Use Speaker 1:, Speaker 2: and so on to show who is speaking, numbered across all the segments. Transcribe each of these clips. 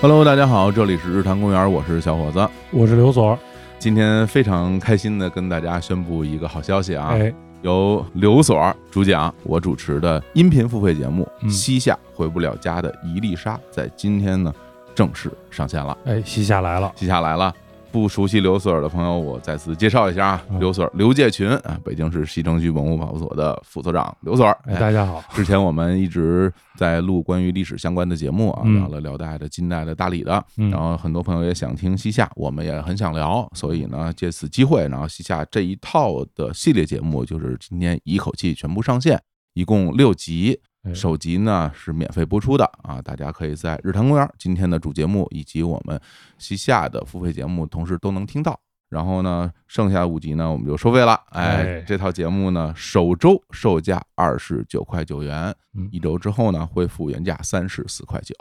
Speaker 1: Hello，大家好，这里是日坛公园，我是小伙子。
Speaker 2: 我是刘所，
Speaker 1: 今天非常开心的跟大家宣布一个好消息啊，
Speaker 2: 哎，
Speaker 1: 由刘所主讲，我主持的音频付费节目《
Speaker 2: 嗯
Speaker 1: 西夏回不了家的一粒沙》在今天呢正式上线了。
Speaker 2: 哎，西夏来了，
Speaker 1: 西夏来了。不熟悉刘所的朋友，我再次介绍一下啊，
Speaker 2: 嗯
Speaker 1: 刘所刘介群啊，北京市西城区文物保护所的副所长刘所。
Speaker 2: 哎，大家好，
Speaker 1: 之前我们一直在录关于历史相关的节目啊，
Speaker 2: 嗯
Speaker 1: 聊了辽代的、近代的、大理的，
Speaker 2: 嗯
Speaker 1: 然后很多朋友也想听西夏，我们也很想聊，所以呢，借此机会，然后西夏这一套的系列节目就是今天一口气全部上线，一共六集。
Speaker 2: 哎
Speaker 1: 首集呢是免费播出的啊，大家可以在日坛公园今天的主节目以及我们西夏的付费节目同时都能听到。然后呢，剩下五集呢我们就收费了。哎
Speaker 2: 哎，
Speaker 1: 这套节目呢首周售价二十九块九元，
Speaker 2: 嗯
Speaker 1: 一周之后呢恢复原价三十四块九，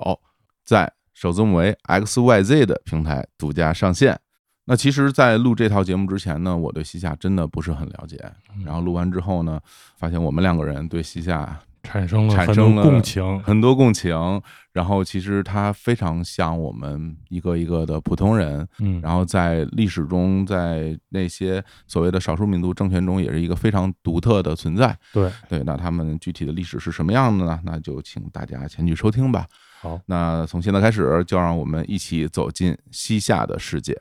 Speaker 1: 在首字母为 XYZ 的平台独家上线。那其实，在录这套节目之前呢，我对西夏真的不是很了解。
Speaker 2: 嗯
Speaker 1: 然后录完之后呢，发现我们两个人对西夏
Speaker 2: 产生了
Speaker 1: 产
Speaker 2: 很多
Speaker 1: 生了
Speaker 2: 共情，
Speaker 1: 很多共情。然后其实它非常像我们一个一个的普通人，
Speaker 2: 嗯，
Speaker 1: 然后在历史中，在那些所谓的少数民族政权中，也是一个非常独特的存在。
Speaker 2: 对，
Speaker 1: 对，那他们具体的历史是什么样的呢？那就请大家前去收听吧。
Speaker 2: 好，
Speaker 1: 那从现在开始，就让我们一起走进西夏的世界。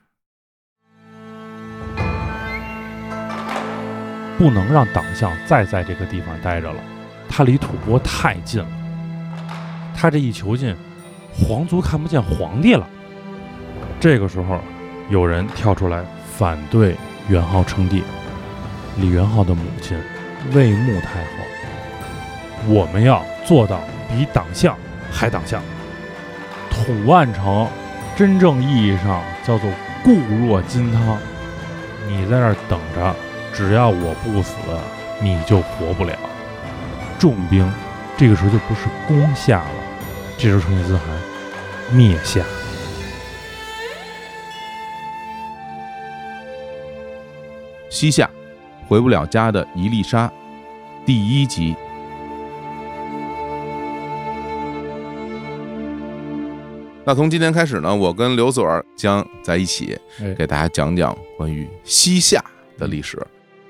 Speaker 2: 不能让党项再在这个地方待着了，它离吐蕃太近了，他这一囚禁，皇族看不见皇帝了。这个时候，有人跳出来反对元昊称帝，李元昊的母亲魏穆太后，我们要做到比党项还党项，统万城，真正意义上叫做固若金汤。你在那儿等着。只要我不死，你就活不了。重兵这个时候就不是攻下了，这时候成吉思汗灭夏。
Speaker 1: 西夏，回不了家的一粒沙，第一集。那从今天开始呢，我跟刘所儿将在一起
Speaker 2: 哎
Speaker 1: 给大家讲讲关于西夏的历史。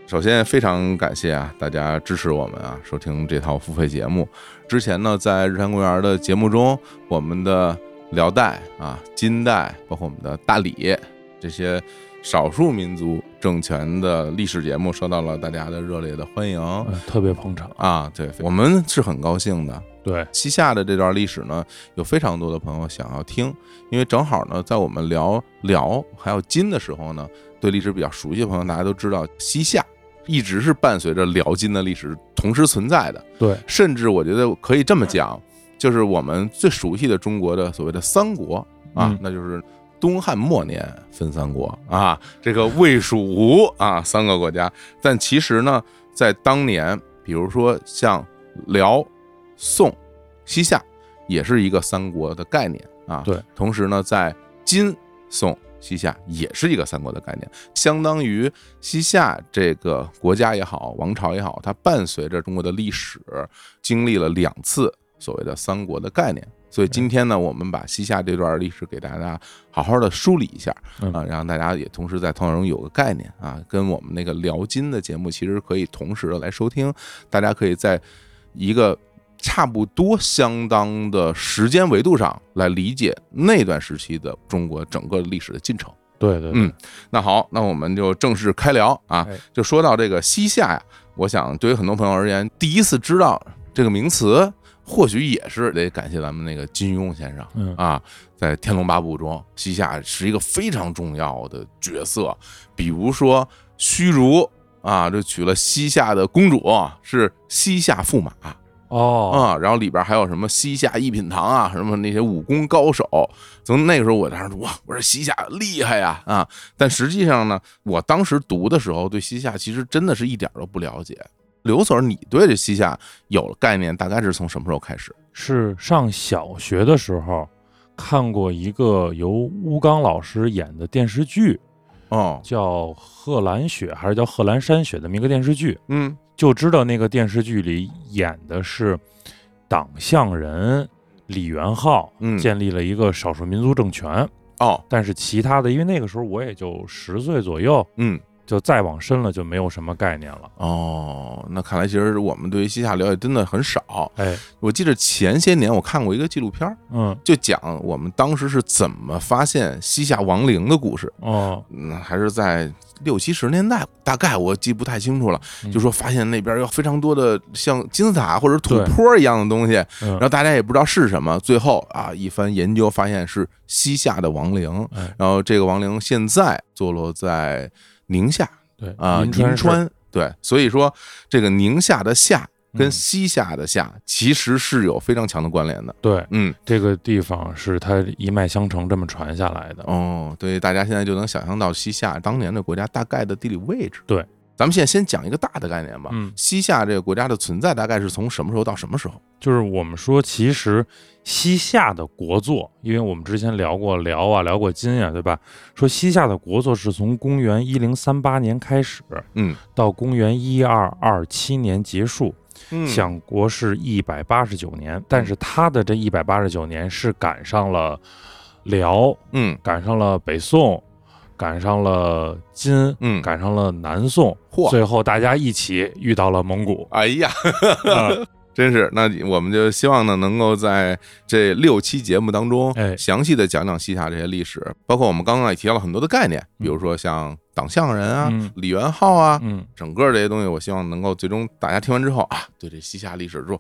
Speaker 1: 首先，非常感谢啊，大家支持我们啊，收听这套付费节目。之前呢，在日坛公园的节目中，我们的辽代啊、金代，包括我们的大理这些少数民族政权的历史节目，受到了大家的热烈的欢迎
Speaker 2: 呃特别捧场。
Speaker 1: 啊。对我们是很高兴的，
Speaker 2: 对，
Speaker 1: 西夏的这段历史呢，有非常多的朋友想要听，因为正好呢，在我们聊辽还有金的时候呢，对历史比较熟悉的朋友，大家都知道西夏一直是伴随着辽金的历史同时存在的，
Speaker 2: 对，
Speaker 1: 甚至我觉得可以这么
Speaker 2: 嗯
Speaker 1: 讲，就是我们最熟悉的中国的所谓的三国啊
Speaker 2: 嗯，
Speaker 1: 那就是。东汉末年分三国啊，这个魏、蜀、吴啊三个国家，但其实呢，在当年，比如说像辽、宋、西夏也是一个三国的概念啊。
Speaker 2: 对，
Speaker 1: 同时呢，在金、宋、西夏也是一个三国的概念，相当于西夏这个国家也好，王朝也好，它伴随着中国的历史，经历了两次所谓的三国的概念。所以今天呢，我们把西夏这段历史给大家好好的梳理一下
Speaker 2: 嗯
Speaker 1: 啊，让大家也同时在头脑中有个概念啊，跟我们那个辽金的节目其实可以同时的来收听，大家可以在一个差不多相当的时间维度上来理解那段时期的中国整个历史的进程。
Speaker 2: 对对，对
Speaker 1: 嗯，那好，那我们就正式开聊啊
Speaker 2: 哎。
Speaker 1: 就说到这个西夏呀，我想对于很多朋友而言，第一次知道这个名词，或许也是得感谢咱们那个金庸先生。
Speaker 2: 嗯
Speaker 1: 啊，在《天龙八部》中，西夏是一个非常重要的角色。比如说虚竹啊，就娶了西夏的公主，是西夏驸马。
Speaker 2: 哦，
Speaker 1: 啊、然后里边还有什么西夏一品堂啊，什么那些武功高手。从那个时候，我当时哇，我说西夏厉害呀啊！但实际上呢，我当时读的时候对西夏其实真的是一点儿都不了解。刘 Sir，你对这西夏有概念，大概是从什么时候开始？
Speaker 2: 是上小学的时候看过一个由乌刚老师演的电视剧，
Speaker 1: 哦，
Speaker 2: 叫《贺兰雪》还是叫《贺兰山雪》的这么一个电视剧，
Speaker 1: 嗯，
Speaker 2: 就知道那个电视剧里演的是党项人李元昊
Speaker 1: 嗯
Speaker 2: 建立了一个少数民族政权，
Speaker 1: 哦，
Speaker 2: 但是其他的，因为那个时候我也就十岁左右，
Speaker 1: 嗯，
Speaker 2: 就再往深了就没有什么概念了。
Speaker 1: 哦，那看来其实我们对于西夏了解真的很少。
Speaker 2: 哎，
Speaker 1: 我记得前些年我看过一个纪录片儿，
Speaker 2: 嗯，
Speaker 1: 就讲我们当时是怎么发现西夏亡灵的故事。
Speaker 2: 哦，
Speaker 1: 嗯，还是在六七十年代，大概我记不太清楚了。
Speaker 2: 嗯
Speaker 1: 就说发现那边有非常多的像金字塔或者土
Speaker 2: 对
Speaker 1: 坡一样的东西，
Speaker 2: 嗯
Speaker 1: 然后大家也不知道是什么。最后啊，一番研究发现是西夏的亡灵
Speaker 2: 哎，
Speaker 1: 然后这个亡灵现在坐落在宁夏
Speaker 2: 对
Speaker 1: 啊，
Speaker 2: 银
Speaker 1: 银
Speaker 2: 川市
Speaker 1: 川。对，所以说这个宁夏的夏跟
Speaker 2: 嗯
Speaker 1: 西夏的夏其实是有非常强的关联的。
Speaker 2: 对
Speaker 1: 嗯，
Speaker 2: 这个地方是它一脉相承这么传下来的。
Speaker 1: 哦，对，大家现在就能想象到西夏当年的国家大概的地理位置。
Speaker 2: 对，
Speaker 1: 咱们现在先讲一个大的概念吧。
Speaker 2: 嗯
Speaker 1: 西夏这个国家的存在大概是从什么时候到什么时候？
Speaker 2: 就是我们说，其实西夏的国祚，因为我们之前聊过辽啊，聊过金啊，对吧？说西夏的国祚是从公元一零三八年开始，
Speaker 1: 嗯，
Speaker 2: 到公元一二二七年结束，
Speaker 1: 嗯
Speaker 2: 享国是一百八十九年，但是他的这一百八十九年是赶上了辽，
Speaker 1: 嗯
Speaker 2: 赶上了北宋，赶上了金，
Speaker 1: 嗯，
Speaker 2: 赶上了南宋，
Speaker 1: 嚯。
Speaker 2: 最后大家一起遇到了蒙古
Speaker 1: 哎呀，
Speaker 2: 啊
Speaker 1: 真是！那我们就希望呢，能够在这六期节目当中，
Speaker 2: 哎
Speaker 1: 详细的讲讲西夏这些历史，包括我们刚刚也提到了很多的概念，比如说像党项人啊、
Speaker 2: 嗯
Speaker 1: 李元昊啊，
Speaker 2: 嗯，
Speaker 1: 整个这些东西，我希望能够最终大家听完之后啊，对这西夏历史说，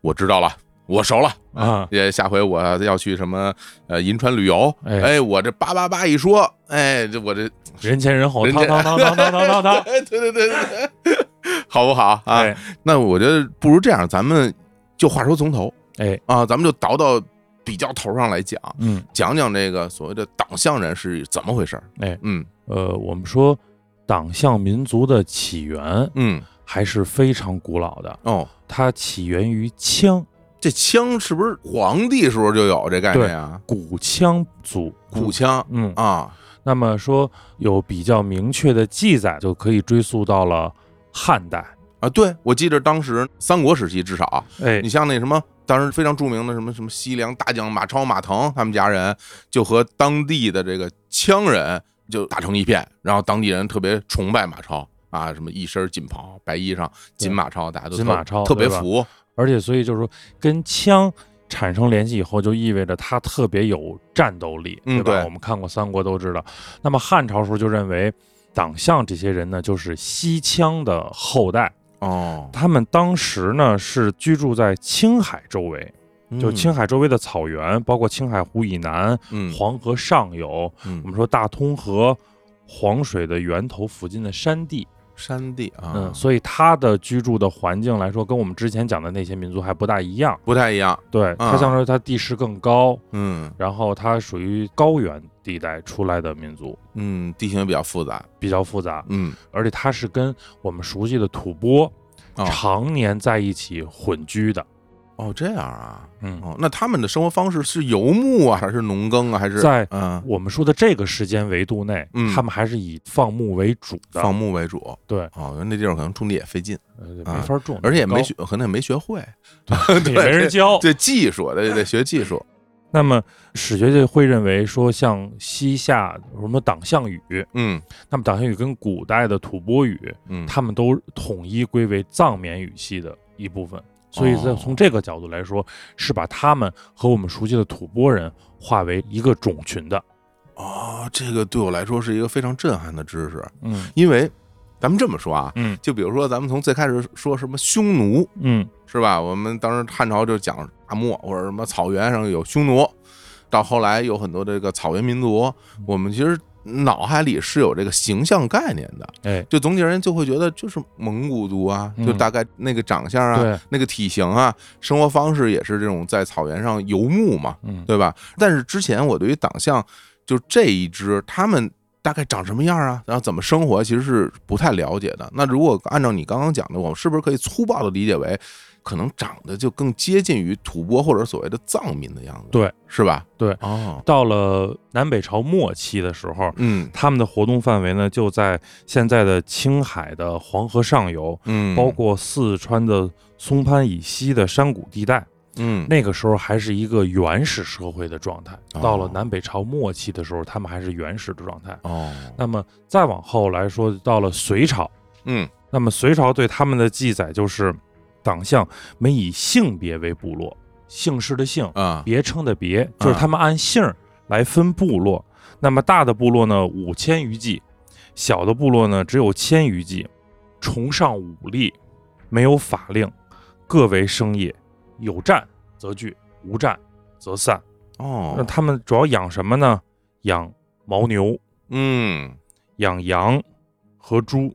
Speaker 1: 我知道了，我熟了
Speaker 2: 啊
Speaker 1: 也下回我要去什么呃银川旅游，
Speaker 2: 哎
Speaker 1: 哎，我这八八八一说，哎，这我这，
Speaker 2: 人前人后，
Speaker 1: 人
Speaker 2: 当
Speaker 1: 前
Speaker 2: 当当当当当当当，
Speaker 1: 对对对对 对，好不好啊？
Speaker 2: 啊哎
Speaker 1: 那我觉得不如这样，咱们就话说从头
Speaker 2: 哎，
Speaker 1: 啊，咱们就倒到比较头上来讲，
Speaker 2: 嗯
Speaker 1: 讲讲这个所谓的党项人是怎么回事儿。
Speaker 2: 哎，
Speaker 1: 嗯
Speaker 2: 呃，我们说党项民族的起源
Speaker 1: 嗯
Speaker 2: 还是非常古老的，
Speaker 1: 哦，
Speaker 2: 它起源于羌。
Speaker 1: 这枪是不是皇帝时候就有这概念啊？
Speaker 2: 古羌族，
Speaker 1: 古枪
Speaker 2: 嗯，
Speaker 1: 啊，
Speaker 2: 那么说有比较明确的记载，就可以追溯到了汉代。
Speaker 1: 啊，对，我记得当时三国时期，至少啊
Speaker 2: 哎
Speaker 1: 你，像那什么，当时非常著名的什么什么西凉大将马超、马腾他们家人，就和当地的这个羌人就打成一片，然后当地人特别崇拜马超啊，什么一身锦袍、白衣裳、锦马超，大家都
Speaker 2: 锦
Speaker 1: 特
Speaker 2: 马超
Speaker 1: 特别
Speaker 2: 对吧
Speaker 1: 服。
Speaker 2: 而且所以就是说，跟羌产生联系以后，就意味着它特别有战斗力，
Speaker 1: 嗯
Speaker 2: 对吧？
Speaker 1: 对
Speaker 2: 我们看过三国都知道。那么汉朝时候就认为。党项这些人呢，就是西羌的后代。
Speaker 1: 哦，
Speaker 2: 他们当时呢是居住在青海周围，就青海周围的草原，包括青海湖以南、
Speaker 1: 嗯
Speaker 2: 黄河上游，
Speaker 1: 嗯
Speaker 2: 我们说大通河黄水的源头附近的山地，
Speaker 1: 山地啊
Speaker 2: 嗯，，所以它的居住的环境来说，跟我们之前讲的那些民族还不大一样。
Speaker 1: 不太一样。
Speaker 2: 对，它像是它地势更高，
Speaker 1: 嗯
Speaker 2: 然后它属于高原地带出来的民族，
Speaker 1: 嗯，地形也比较复杂。
Speaker 2: 比较复杂，
Speaker 1: 嗯，
Speaker 2: 而且它是跟我们熟悉的吐蕃
Speaker 1: 哦
Speaker 2: 常年在一起混居的。
Speaker 1: 哦，这样啊。
Speaker 2: 嗯，
Speaker 1: 哦，那他们的生活方式是游牧啊，还是农耕啊，还是
Speaker 2: 在
Speaker 1: 嗯
Speaker 2: 我们说的这个时间维度内
Speaker 1: 嗯，
Speaker 2: 他们还是以放牧为主的，
Speaker 1: 放牧为主？
Speaker 2: 对
Speaker 1: 哦，那地方可能种地也费劲，
Speaker 2: 呃
Speaker 1: 啊
Speaker 2: 没法种，
Speaker 1: 而且也没
Speaker 2: 高
Speaker 1: 学，可能也没学会。
Speaker 2: 也没人教，
Speaker 1: 这技术得得学技 术。
Speaker 2: 那么史学界会认为说，像西夏什么党项语，
Speaker 1: 嗯
Speaker 2: 那么党项语跟古代的吐蕃语，
Speaker 1: 嗯，
Speaker 2: 他们都统一归为藏缅语系的一部分。所以在
Speaker 1: 哦
Speaker 2: 从这个角度来说，是把他们和我们熟悉的吐蕃人划为一个种群的。
Speaker 1: 哦，这个对我来说是一个非常震撼的知识，
Speaker 2: 嗯
Speaker 1: 因为咱们这么说啊，
Speaker 2: 嗯
Speaker 1: 就比如说咱们从最开始说什么匈奴
Speaker 2: 嗯，
Speaker 1: 是吧？我们当时汉朝就讲大漠或者什嗯么草原上有匈奴，到后来有很多这个草原民族，我们其实。脑海里是有这个形象概念的，
Speaker 2: 哎，
Speaker 1: 就总体而言就会觉得就是蒙古族啊，
Speaker 2: 嗯
Speaker 1: 就大概那个长相啊，
Speaker 2: 对，
Speaker 1: 那个体型啊，生活方式也是这种在草原上游牧嘛，
Speaker 2: 嗯，
Speaker 1: 对吧？但是之前我对于党项就这一支，他们大概长什么样啊，然后怎么生活，其实是不太了解的。那如果按照你刚刚讲的，我是不是可以粗暴的理解为，可能长得就更接近于吐蕃或者所谓的藏民的样子？
Speaker 2: 对，
Speaker 1: 是吧？
Speaker 2: 对
Speaker 1: 哦，
Speaker 2: 到了南北朝末期的时候，
Speaker 1: 嗯
Speaker 2: 他们的活动范围呢就在现在的青海的黄河上游，
Speaker 1: 嗯，
Speaker 2: 包括四川的松潘以西的山谷地带。
Speaker 1: 嗯
Speaker 2: 那个时候还是一个原始社会的状态。
Speaker 1: 哦
Speaker 2: 到了南北朝末期的时候，他们还是原始的状态。
Speaker 1: 哦，
Speaker 2: 那么再往后来说，到了隋朝，
Speaker 1: 嗯
Speaker 2: 那么隋朝对他们的记载就是，党项没以性别为部落，姓氏的姓，
Speaker 1: 啊
Speaker 2: 别称的别，就是他们按姓儿来分部落。那么大的部落呢，五千余计；小的部落呢，只有千余计。崇尚武力，没有法令，各为生业。有战则聚，无战则散。那
Speaker 1: 哦，
Speaker 2: 他们主要养什么呢？养牦牛、
Speaker 1: 嗯
Speaker 2: 养羊和猪，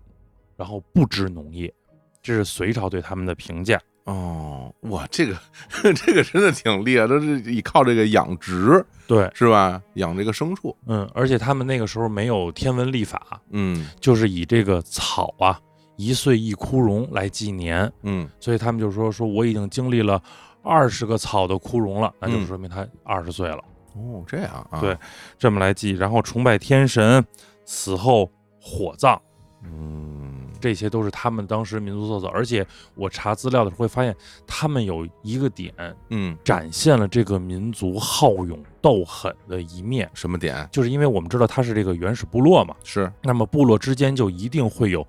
Speaker 2: 然后不知农业，这是隋朝对他们的评价。
Speaker 1: 哦，哇，这个 这个真的挺厉害，都是依靠这个养殖
Speaker 2: 对，
Speaker 1: 是吧？养这个牲畜，
Speaker 2: 嗯，而且他们那个时候没有天文历法，
Speaker 1: 嗯
Speaker 2: 就是以这个草啊一岁一枯荣来纪年，
Speaker 1: 嗯
Speaker 2: 所以他们就说说我已经经历了二十个草的枯荣了，那就
Speaker 1: 嗯
Speaker 2: 说明他二十岁了，
Speaker 1: 哦，这样啊，
Speaker 2: 对这么来记。然后崇拜天神，死后火葬，
Speaker 1: 嗯，
Speaker 2: 这些都是他们当时民族特色。而且我查资料的时候会发现，他们有一个点
Speaker 1: 嗯，
Speaker 2: 展现了这个民族好勇斗狠的一面，
Speaker 1: 什么点
Speaker 2: 就是因为我们知道它是这个原始部落嘛，
Speaker 1: 是？
Speaker 2: 那么部落之间就一定会有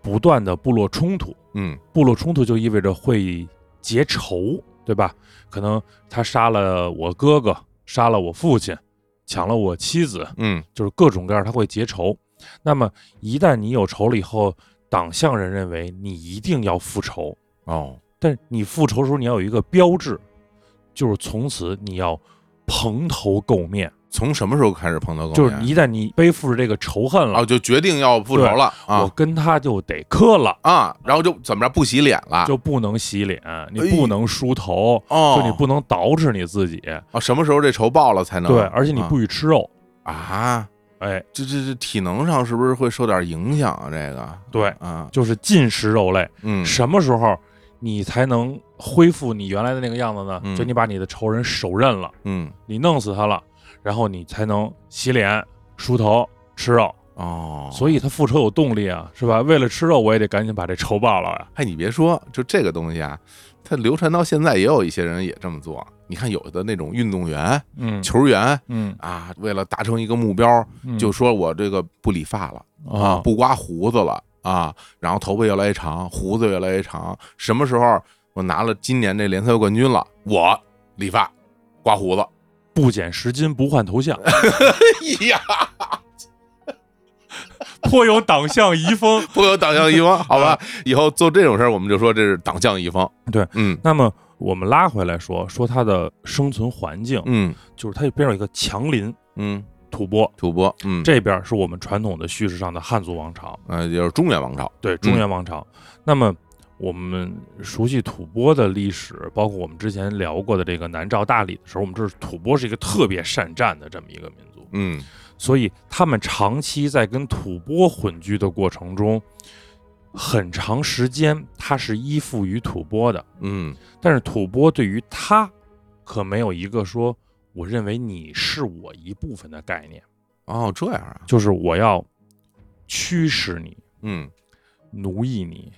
Speaker 2: 不断的部落冲突，
Speaker 1: 嗯
Speaker 2: 部落冲突就意味着会结仇，对吧？可能他杀了我哥哥，杀了我父亲，抢了我妻子，
Speaker 1: 嗯
Speaker 2: 就是各种各样他会结仇。那么一旦你有仇了以后，党项人认为你一定要复仇，
Speaker 1: 哦，
Speaker 2: 但是你复仇的时候，你要有一个标志，就是从此你要蓬头垢面，
Speaker 1: 从什么时候开始碰到狗？
Speaker 2: 就是一旦你背负着这个仇恨了，
Speaker 1: 哦，就决定要复仇了
Speaker 2: 我
Speaker 1: 啊
Speaker 2: 跟他就得磕了，
Speaker 1: 啊，然后就怎么着不洗脸了？
Speaker 2: 就不能洗脸，你
Speaker 1: 啊哎
Speaker 2: 不能梳头，
Speaker 1: 哦，
Speaker 2: 就你不能捯饬你自己，
Speaker 1: 哦，什么时候这仇报了才能？
Speaker 2: 对，而且你
Speaker 1: 啊
Speaker 2: 不许吃肉，
Speaker 1: 啊，
Speaker 2: 哎，
Speaker 1: 这这这体能上是不是会受点影响啊？这个
Speaker 2: 对，
Speaker 1: 啊，
Speaker 2: 就是禁食肉类。
Speaker 1: 嗯，
Speaker 2: 什么时候你才能恢复你原来的那个样子呢
Speaker 1: 嗯？
Speaker 2: 就你把你的仇人手刃了，
Speaker 1: 嗯，
Speaker 2: 你弄死他了，然后你才能洗脸、梳头、吃肉。
Speaker 1: 哦，
Speaker 2: 所以他复仇有动力啊，是吧？为了吃肉，我也得赶紧把这仇报了啊呀、
Speaker 1: 哎，你别说，就这个东西啊，它流传到现在也有一些人也这么做。你看，有的那种运动员、
Speaker 2: 嗯
Speaker 1: 球员
Speaker 2: 嗯，
Speaker 1: 啊，为了达成一个目标，就说我这个不理发了
Speaker 2: 啊，
Speaker 1: 不刮胡子了啊，然后头发越来越长，胡子越来越长。什么时候我拿了今年这联赛冠军了，我理发、刮胡子。
Speaker 2: 不减十斤不换头像，
Speaker 1: 哎呀，
Speaker 2: 颇有党项遗风。
Speaker 1: 不有党项遗风，好吧？以后做这种事儿，我们就说这是党项遗风。
Speaker 2: 嗯对，
Speaker 1: 嗯
Speaker 2: 那么我们拉回来说，说它的生存环境，
Speaker 1: 嗯
Speaker 2: 就是它边上有一个强邻
Speaker 1: 嗯，
Speaker 2: 吐蕃，
Speaker 1: 吐蕃，嗯，
Speaker 2: 这边是我们传统的叙事上的汉族王朝，
Speaker 1: 呃，就是中原王朝，
Speaker 2: 对中原王朝。那么我们熟悉吐蕃的历史，包括我们之前聊过的这个南诏大理的时候，我们知道吐蕃是一个特别善战的这么一个民族。
Speaker 1: 嗯
Speaker 2: 所以他们长期在跟吐蕃混居的过程中，很长时间他是依附于吐蕃的，
Speaker 1: 嗯
Speaker 2: 但是吐蕃对于他可没有一个说我认为你是我一部分的概念，
Speaker 1: 哦，这样啊，
Speaker 2: 就是我要驱使你、
Speaker 1: 嗯
Speaker 2: 奴役你，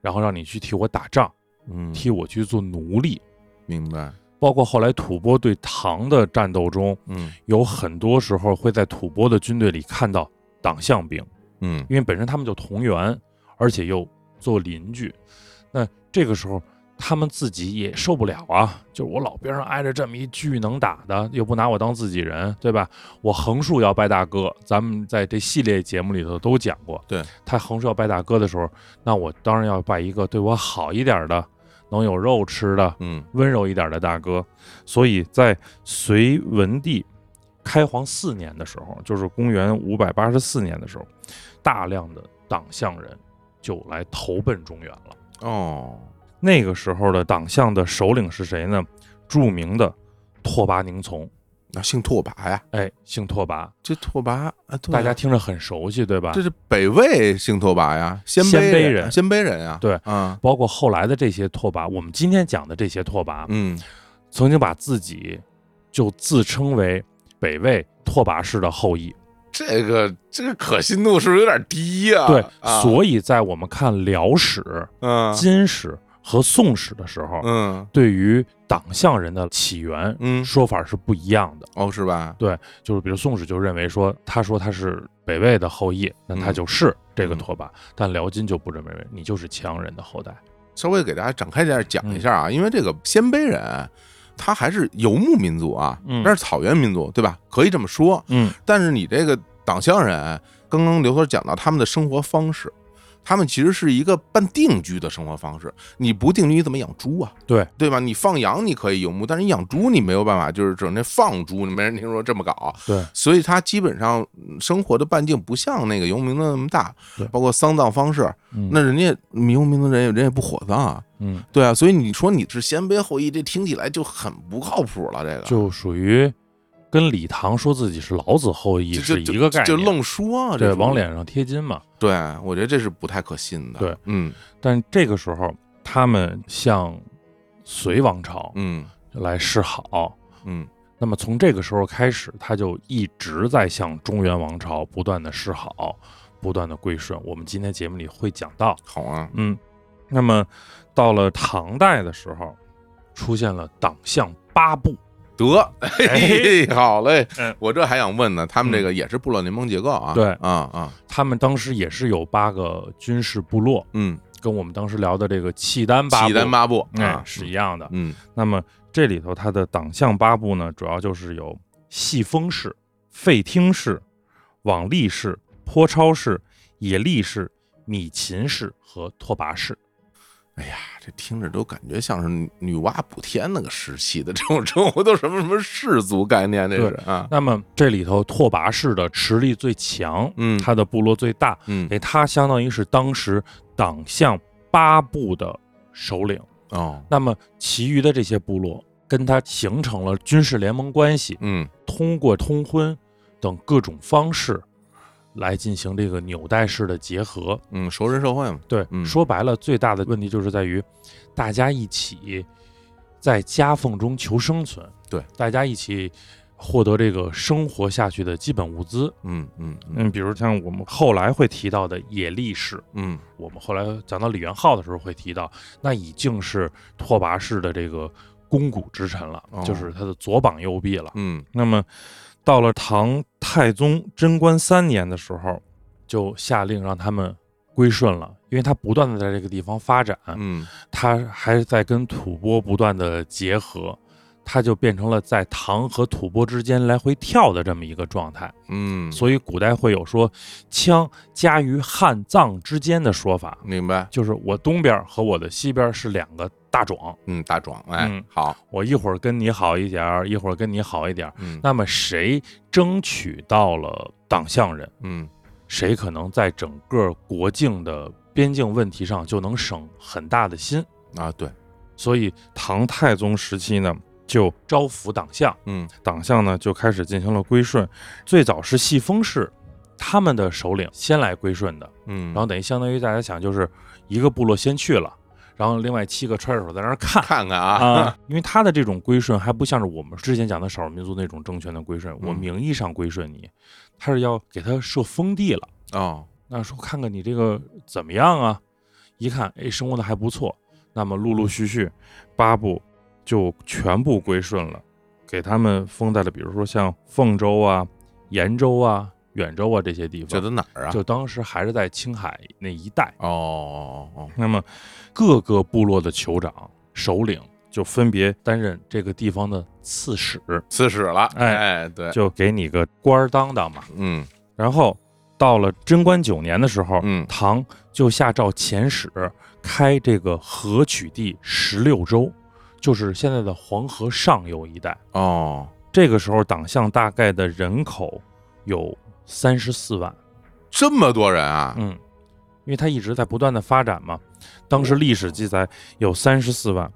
Speaker 2: 然后让你去替我打仗，
Speaker 1: 嗯，
Speaker 2: 替我去做奴隶。
Speaker 1: 明白，
Speaker 2: 包括后来吐蕃对唐的战斗中，
Speaker 1: 嗯
Speaker 2: 有很多时候会在吐蕃的军队里看到党项兵。
Speaker 1: 嗯
Speaker 2: 因为本身他们就同源，而且又做邻居，那这个时候他们自己也受不了啊！就是我老边上挨着这么一巨能打的，又不拿我当自己人，对吧？我横竖要拜大哥，咱们在这系列节目里头都讲过。
Speaker 1: 对
Speaker 2: 他横竖要拜大哥的时候，那我当然要拜一个对我好一点的，能有肉吃的，
Speaker 1: 嗯
Speaker 2: 温柔一点的大哥。所以在隋文帝开皇四年的时候，就是公元五百八十四年的时候，大量的党项人就来投奔中原了。
Speaker 1: 哦，
Speaker 2: 那个时候的党项的首领是谁呢？著名的拓跋宁从，
Speaker 1: 那姓拓跋呀，
Speaker 2: 哎，姓拓跋，
Speaker 1: 这拓跋啊，对
Speaker 2: 大
Speaker 1: 啊
Speaker 2: 家听着很熟悉，对吧
Speaker 1: 这？是北魏姓拓跋呀，鲜
Speaker 2: 鲜卑
Speaker 1: 卑
Speaker 2: 人
Speaker 1: 鲜卑人呀，
Speaker 2: 对
Speaker 1: 啊，
Speaker 2: 包括后来的这些拓跋，我们今天讲的这些拓跋，
Speaker 1: 嗯，
Speaker 2: 曾经把自己就自称为北魏拓跋氏的后裔。
Speaker 1: 这个这个可信度是不是有点低呀？
Speaker 2: 对，
Speaker 1: 啊
Speaker 2: 所以在我们看辽史、
Speaker 1: 嗯
Speaker 2: 金史和宋史的时候，
Speaker 1: 嗯
Speaker 2: 对于党项人的起源
Speaker 1: 嗯，
Speaker 2: 说法是不一样的。
Speaker 1: 哦是吧？
Speaker 2: 就是比如宋史就认为说，他说他是北魏的后裔，那他
Speaker 1: 嗯
Speaker 2: 就是这个
Speaker 1: 嗯
Speaker 2: 拓跋；但辽金就不认为你就是齐阳人的后代。
Speaker 1: 稍微给大家展开一下讲一下
Speaker 2: 嗯
Speaker 1: 啊，因为这个鲜卑人。他还是游牧民族啊，
Speaker 2: 嗯
Speaker 1: 那是草原民族，对吧？可以这么说。
Speaker 2: 嗯，
Speaker 1: 但是你这个党项人，刚刚刘所讲到他们的生活方式，他们其实是一个半定居的生活方式。你不定居，你怎么养猪啊？
Speaker 2: 对
Speaker 1: 对吧？你放羊你可以游牧，但是你养猪你没有办法，就是整天放猪，没人听说这么搞。
Speaker 2: 对，
Speaker 1: 所以他基本上嗯生活的半径不像那个游民的那么大
Speaker 2: 对，
Speaker 1: 包括丧葬方式，
Speaker 2: 嗯
Speaker 1: 那人家游民的人也人也不火葬啊。
Speaker 2: 嗯，
Speaker 1: 对啊，所以你说你是鲜卑后裔，这听起来就很不靠谱了。这个
Speaker 2: 就属于跟李唐说自己是老子后裔
Speaker 1: 就是就
Speaker 2: 一个概念，
Speaker 1: 就愣说、啊，这
Speaker 2: 对，
Speaker 1: 属于
Speaker 2: 往脸上贴金嘛。
Speaker 1: 对，我觉得这是不太可信的。
Speaker 2: 对，
Speaker 1: 嗯
Speaker 2: 但这个时候，他们向隋王朝
Speaker 1: 嗯
Speaker 2: 来示好。
Speaker 1: 嗯
Speaker 2: 那么从这个时候开始，他就一直在向中原王朝不断的示好，不断的归顺。我们今天节目里会讲到，
Speaker 1: 好啊，
Speaker 2: 嗯，那么到了唐代的时候，出现了党项八部，
Speaker 1: 得，
Speaker 2: 哎
Speaker 1: 嘿，好嘞
Speaker 2: 嗯，
Speaker 1: 我这还想问呢，他们这个也是部落联盟结构啊？
Speaker 2: 对
Speaker 1: 啊啊，
Speaker 2: 他们当时也是有八个军事部落，
Speaker 1: 嗯，
Speaker 2: 跟我们当时聊的这个契丹八部，
Speaker 1: 契丹八部
Speaker 2: 哎
Speaker 1: 啊，
Speaker 2: 是一样的。
Speaker 1: 嗯
Speaker 2: 那么这里头它的党项八部呢，主要就是有细风氏、费听氏、往历氏、坡超氏、野历氏、米秦氏和拓跋氏。
Speaker 1: 这听着都感觉像是女娲补天那个时期的这种生活，都什么什么氏族概念，这是啊，
Speaker 2: 那么这里头拓跋氏的实力最强，
Speaker 1: 嗯
Speaker 2: 他的部落最大，
Speaker 1: 嗯
Speaker 2: 给他相当于是当时党项八部的首领。
Speaker 1: 哦，
Speaker 2: 那么其余的这些部落跟他形成了军事联盟关系，
Speaker 1: 嗯
Speaker 2: 通过通婚等各种方式来进行这个纽带式的结合。
Speaker 1: 嗯，熟人社会嘛，
Speaker 2: 对，
Speaker 1: 嗯
Speaker 2: 说白了，最大的问题就是在于大家一起在夹缝中求生存，
Speaker 1: 对，
Speaker 2: 大家一起获得这个生活下去的基本物资。
Speaker 1: 嗯嗯嗯
Speaker 2: 嗯，比如像我们后来会提到的野力士，
Speaker 1: 嗯，
Speaker 2: 我们后来讲到李元昊的时候会提到，那已经是拓跋氏的这个肱骨之臣了，
Speaker 1: 哦
Speaker 2: 就是他的左膀右臂了。
Speaker 1: 嗯
Speaker 2: 那么到了唐太宗贞观三年的时候，就下令让他们归顺了，因为他不断的在这个地方发展，
Speaker 1: 嗯
Speaker 2: 他还在跟吐蕃不断的结合，他就变成了在唐和吐蕃之间来回跳的这么一个状态。
Speaker 1: 嗯，
Speaker 2: 所以古代会有说“羌夹于汉藏之间”的说法，
Speaker 1: 明白，
Speaker 2: 就是我东边和我的西边是两个大壮，
Speaker 1: 嗯，大壮，哎
Speaker 2: 嗯，
Speaker 1: 好，
Speaker 2: 我一会儿跟你好一点儿，一会儿跟你好一点儿。
Speaker 1: 嗯
Speaker 2: 那么谁争取到了党项人，
Speaker 1: 嗯
Speaker 2: 谁可能在整个国境的边境问题上就能省很大的心。
Speaker 1: 啊，对，
Speaker 2: 所以唐太宗时期呢，就招抚党项，
Speaker 1: 嗯
Speaker 2: 党项呢就开始进行了归顺。最早是细风氏，他们的首领先来归顺的，
Speaker 1: 嗯，
Speaker 2: 然后等于相当于大家想就是一个部落先去了，然后另外七个揣着手在那儿看。
Speaker 1: 看看
Speaker 2: 啊
Speaker 1: 啊，，
Speaker 2: 因为他的这种归顺还不像是我们之前讲的少数民族那种政权的归顺，我
Speaker 1: 嗯
Speaker 2: 名义上归顺你，他是要给他设封地了。
Speaker 1: 哦，
Speaker 2: 那说看看你这个怎么样啊？一看，哎，生活的还不错。那么陆陆续续，八部就全部归顺了，给他们封在了，比如说像凤州啊、延州啊、远州啊这些地
Speaker 1: 这
Speaker 2: 方。
Speaker 1: 都哪儿啊？
Speaker 2: 就当时还是在青海那一带。
Speaker 1: 哦哦哦，
Speaker 2: 那么各个部落的酋长、首领就分别担任这个地方的刺史，
Speaker 1: 刺史了，
Speaker 2: 哎
Speaker 1: 哎，对，
Speaker 2: 就给你个官儿当当嘛。
Speaker 1: 嗯
Speaker 2: 然后到了贞观九年的时候，
Speaker 1: 嗯
Speaker 2: 唐就下诏遣使开这个河曲地十六州，就是现在的黄河上游一带。
Speaker 1: 哦，
Speaker 2: 这个时候党项大概的人口有三十四万，
Speaker 1: 这么多人啊，
Speaker 2: 嗯，因为它一直在不断的发展嘛。当时历史记载有三十四万，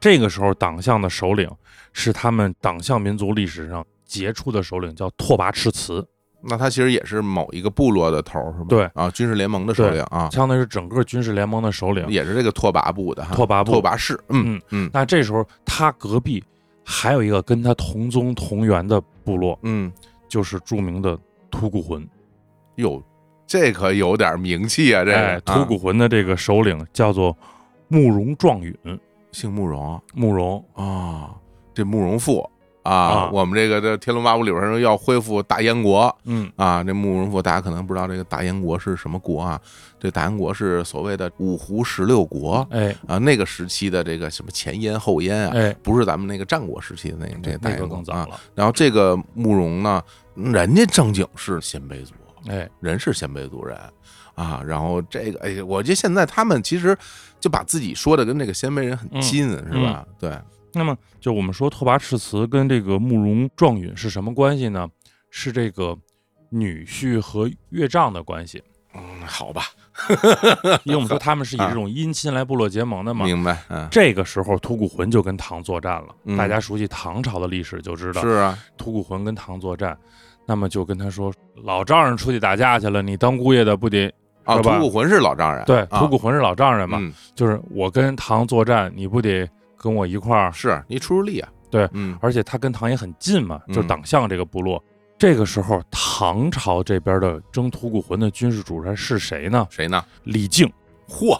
Speaker 2: 这个时候党项的首领是他们党项民族历史上杰出的首领，叫拓跋赤慈，
Speaker 1: 那他其实也是某一个部落的头儿是吧？
Speaker 2: 对
Speaker 1: 啊，军事联盟的首领啊，
Speaker 2: 相当于是整个军事联盟的首领。
Speaker 1: 也是这个拓跋部的哈，
Speaker 2: 拓跋部
Speaker 1: 拓跋氏，嗯
Speaker 2: 嗯
Speaker 1: 嗯
Speaker 2: 那这时候他隔壁还有一个跟他同宗同源的部落，
Speaker 1: 嗯，
Speaker 2: 就是著名的吐谷浑。
Speaker 1: 哟，这可有点名气啊，这
Speaker 2: 哎，
Speaker 1: 个
Speaker 2: 吐谷浑的这个首领叫做慕容壮允，
Speaker 1: 啊姓慕容啊
Speaker 2: 慕容，
Speaker 1: 哦这慕容复
Speaker 2: 啊
Speaker 1: 啊，我们这个这《天龙八部》里边说要恢复大燕国
Speaker 2: 嗯，
Speaker 1: 啊，这慕容复大家可能不知道这个大燕国是什么国啊，这大燕国是所谓的五胡十六国
Speaker 2: 哎
Speaker 1: 啊，那个时期的这个什么前燕后燕啊，
Speaker 2: 哎，
Speaker 1: 不是咱们那个战国时期的那个这个大
Speaker 2: 那
Speaker 1: 燕
Speaker 2: 个
Speaker 1: 国
Speaker 2: 更早
Speaker 1: 啊。
Speaker 2: 了，
Speaker 1: 然后这个慕容呢，人家正经是鲜卑族，
Speaker 2: 哎，
Speaker 1: 人是鲜卑族人啊。然后这个，哎，我觉得现在他们其实就把自己说的跟这个鲜卑人很
Speaker 2: 嗯
Speaker 1: 近，是吧？对，
Speaker 2: 那么就我们说拓跋赤慈跟这个慕容壮允是什么关系呢？是这个女婿和岳丈的 关系，
Speaker 1: 嗯，好吧，
Speaker 2: 因为我们说他们是以这种姻亲来部落结盟的嘛。
Speaker 1: 啊明白，嗯，
Speaker 2: 这个时候，吐谷浑就跟唐作战了。
Speaker 1: 嗯
Speaker 2: 大家熟悉唐朝的历史就知道，
Speaker 1: 是啊，
Speaker 2: 吐谷浑跟唐作战，那么就跟他说：“老丈人出去打架去了，你当姑爷的不得
Speaker 1: 啊，
Speaker 2: 是
Speaker 1: 吐
Speaker 2: 吧
Speaker 1: 谷浑是老丈人，
Speaker 2: 对
Speaker 1: 啊
Speaker 2: 吐谷浑是老丈人嘛？
Speaker 1: 嗯，
Speaker 2: 就是我跟唐作战，你不得跟我一块儿？
Speaker 1: 是你出出力啊，
Speaker 2: 对
Speaker 1: 嗯，
Speaker 2: 而且他跟唐也很近嘛，
Speaker 1: 嗯
Speaker 2: 就是党项这个部落。这个时候，唐朝这边的征吐谷浑的军事主帅是谁呢？
Speaker 1: 谁呢？
Speaker 2: 李靖，
Speaker 1: 嚯，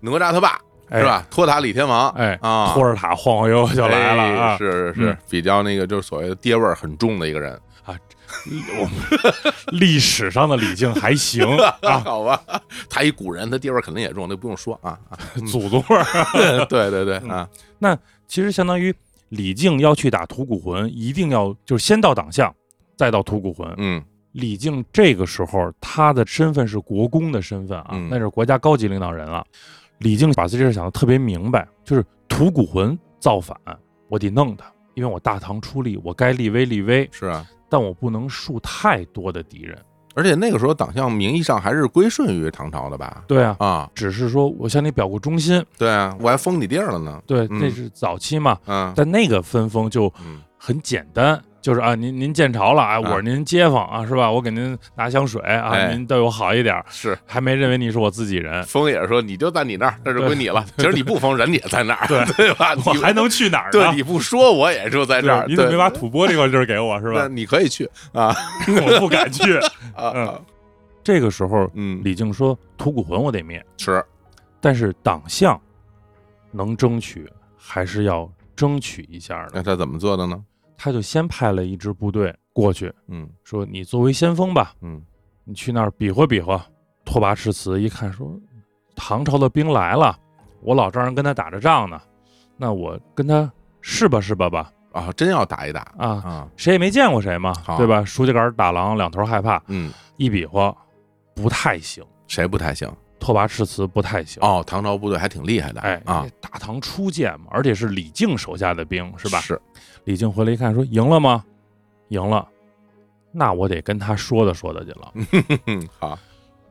Speaker 1: 哪吒他爸
Speaker 2: 哎
Speaker 1: 是？吧？托塔李天王，
Speaker 2: 哎，
Speaker 1: 啊，
Speaker 2: 托着塔晃晃悠悠就来了
Speaker 1: 哎
Speaker 2: 啊！
Speaker 1: 是是是
Speaker 2: 嗯，
Speaker 1: 比较那个就是所谓的爹味儿很重的一个人，
Speaker 2: 我们 历史上的李靖 还行啊，
Speaker 1: 好吧，他一古人，他爹味儿肯定也重，那不用说 啊。啊
Speaker 2: 祖宗味儿。
Speaker 1: 对对对
Speaker 2: 嗯
Speaker 1: 啊，
Speaker 2: 其实相当于李靖要去打吐谷浑，一定要就是先到党项，再到吐谷浑。
Speaker 1: 嗯
Speaker 2: 李靖这个时候他的身份是国公的身份啊，
Speaker 1: 嗯
Speaker 2: 那是国家高级领导人了。李靖把这事儿想得特别明白，就是吐谷浑造反，我得弄他，因为我大唐出力，我该立威立威，
Speaker 1: 是啊，
Speaker 2: 但我不能树太多的敌人。
Speaker 1: 而且那个时候党项名义上还是归顺于唐朝的吧？
Speaker 2: 对啊，
Speaker 1: 啊，
Speaker 2: 只是说我向你表过忠心，
Speaker 1: 对啊，我还封你地儿了呢。
Speaker 2: 对，
Speaker 1: 嗯
Speaker 2: 那是早期嘛，
Speaker 1: 嗯
Speaker 2: 但那个分封就
Speaker 1: 嗯，
Speaker 2: 很简单，就是啊，您您见着了，哎，我是您街坊啊，是吧？我给您拿香水啊，
Speaker 1: 哎
Speaker 2: 您对我好一点儿，
Speaker 1: 是
Speaker 2: 还没认为你是我自己人，
Speaker 1: 封也是说你就在你那儿，这就归你了。其实你不封，人也在那儿，
Speaker 2: 对
Speaker 1: 对吧？
Speaker 2: 我
Speaker 1: 你
Speaker 2: 还能去哪儿呢？
Speaker 1: 对你不说，我也就在
Speaker 2: 对
Speaker 1: 这儿。
Speaker 2: 你怎么
Speaker 1: 对
Speaker 2: 没把吐蕃这块地儿给我是
Speaker 1: 那
Speaker 2: 吧？嗯
Speaker 1: 你可以去啊
Speaker 2: 我不敢去。
Speaker 1: 啊啊
Speaker 2: 这个时候，
Speaker 1: 嗯，
Speaker 2: 李靖说：“吐谷浑我得灭，
Speaker 1: 是
Speaker 2: 但是党项能争取，还是要争取一下的。
Speaker 1: 那他怎么做的呢？”
Speaker 2: 他就先派了一支部队过去，
Speaker 1: 嗯
Speaker 2: 说：“你作为先锋吧，
Speaker 1: 嗯
Speaker 2: 你去那儿比划比划。拓跋赤慈一看说，唐朝的兵来了，我老丈人跟他打着仗呢，那我跟他试吧试吧吧，
Speaker 1: 啊，真要打一打
Speaker 2: 啊，
Speaker 1: 啊，
Speaker 2: 谁也没见过谁嘛，
Speaker 1: 好
Speaker 2: 对吧？书记杆儿打狼，两头害怕，
Speaker 1: 嗯，
Speaker 2: 一比划不太行，
Speaker 1: 谁不太行？
Speaker 2: 拓跋赤慈不太行。
Speaker 1: 哦，唐朝部队还挺厉害的，
Speaker 2: 哎
Speaker 1: 啊，，
Speaker 2: 大唐初建嘛，而且是李靖手下的兵，是吧？
Speaker 1: 是，
Speaker 2: 李靖回来一看，说赢了吗？赢了，那我得跟他说的说的去了。
Speaker 1: 嗯，好，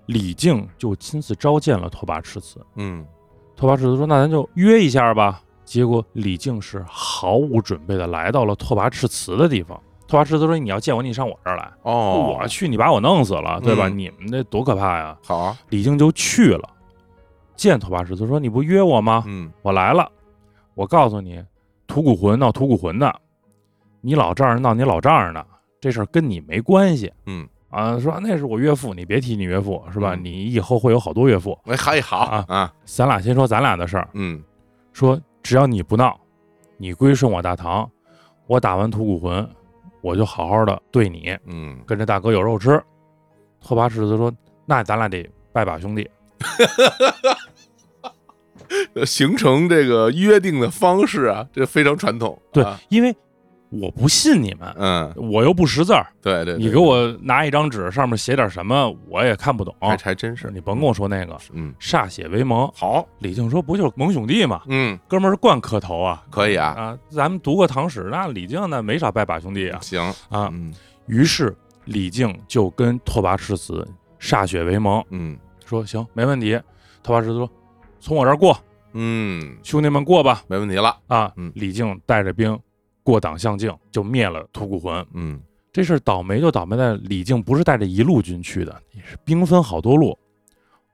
Speaker 2: 李靖就亲自召见了拓跋赤慈，
Speaker 1: 嗯，
Speaker 2: 拓跋赤子说：“那咱就约一下吧。”结果李靖是毫无准备的来到了拓跋赤慈的地方。拓跋赤子说：“你要见我，你上我这儿来。
Speaker 1: 哦，
Speaker 2: 我去，你把我弄死了，对吧？
Speaker 1: 嗯
Speaker 2: 你们那多可怕呀
Speaker 1: 好啊，！”
Speaker 2: 李靖就去了，见拓跋赤子说：“你不约我吗？
Speaker 1: 嗯，
Speaker 2: 我来了。我告诉你，吐谷浑闹吐谷浑的，你老丈人闹你老丈人的，这事儿跟你没关系。”
Speaker 1: 嗯。
Speaker 2: 啊，说那是我岳父，你别提你岳父是吧？
Speaker 1: 嗯
Speaker 2: 你以后会有好多岳父。
Speaker 1: 哎，好也好
Speaker 2: 啊
Speaker 1: 啊，
Speaker 2: 咱俩先说咱俩的事儿，
Speaker 1: 嗯，
Speaker 2: 说只要你不闹，你归顺我大唐，我打完吐谷浑，我就好好的对你，
Speaker 1: 嗯，
Speaker 2: 跟着大哥有肉吃。拓跋赤子说：“那咱俩得拜把兄弟。
Speaker 1: 形成这个约定的方式啊，这非常传统，
Speaker 2: 对
Speaker 1: 啊”
Speaker 2: 因为我不信你们，
Speaker 1: 嗯，
Speaker 2: 我又不识字儿，
Speaker 1: 对对，对
Speaker 2: 你给我拿一张纸，上面写点什么我也看不懂。
Speaker 1: 还还真是，
Speaker 2: 你甭跟我说那个
Speaker 1: 哦嗯，
Speaker 2: 歃血为盟。
Speaker 1: 好，
Speaker 2: 李靖说不就是盟兄弟吗？
Speaker 1: 嗯，
Speaker 2: 哥们儿是惯磕头啊
Speaker 1: 可以啊，
Speaker 2: 啊！咱们读过唐史，那李靖那没啥拜把兄弟啊
Speaker 1: 行，
Speaker 2: 啊！
Speaker 1: 嗯
Speaker 2: 于是李靖就跟拓跋赤子歃血为盟，
Speaker 1: 嗯
Speaker 2: 说行没问题。拓跋赤子说从我这儿过，
Speaker 1: 嗯，
Speaker 2: 兄弟们过吧
Speaker 1: 没问题了，
Speaker 2: 啊
Speaker 1: 嗯！
Speaker 2: 李靖带着兵过党项境，就灭了吐谷浑。
Speaker 1: 嗯，
Speaker 2: 这事儿倒霉就倒霉在李靖不是带着一路军去的，也是兵分好多路。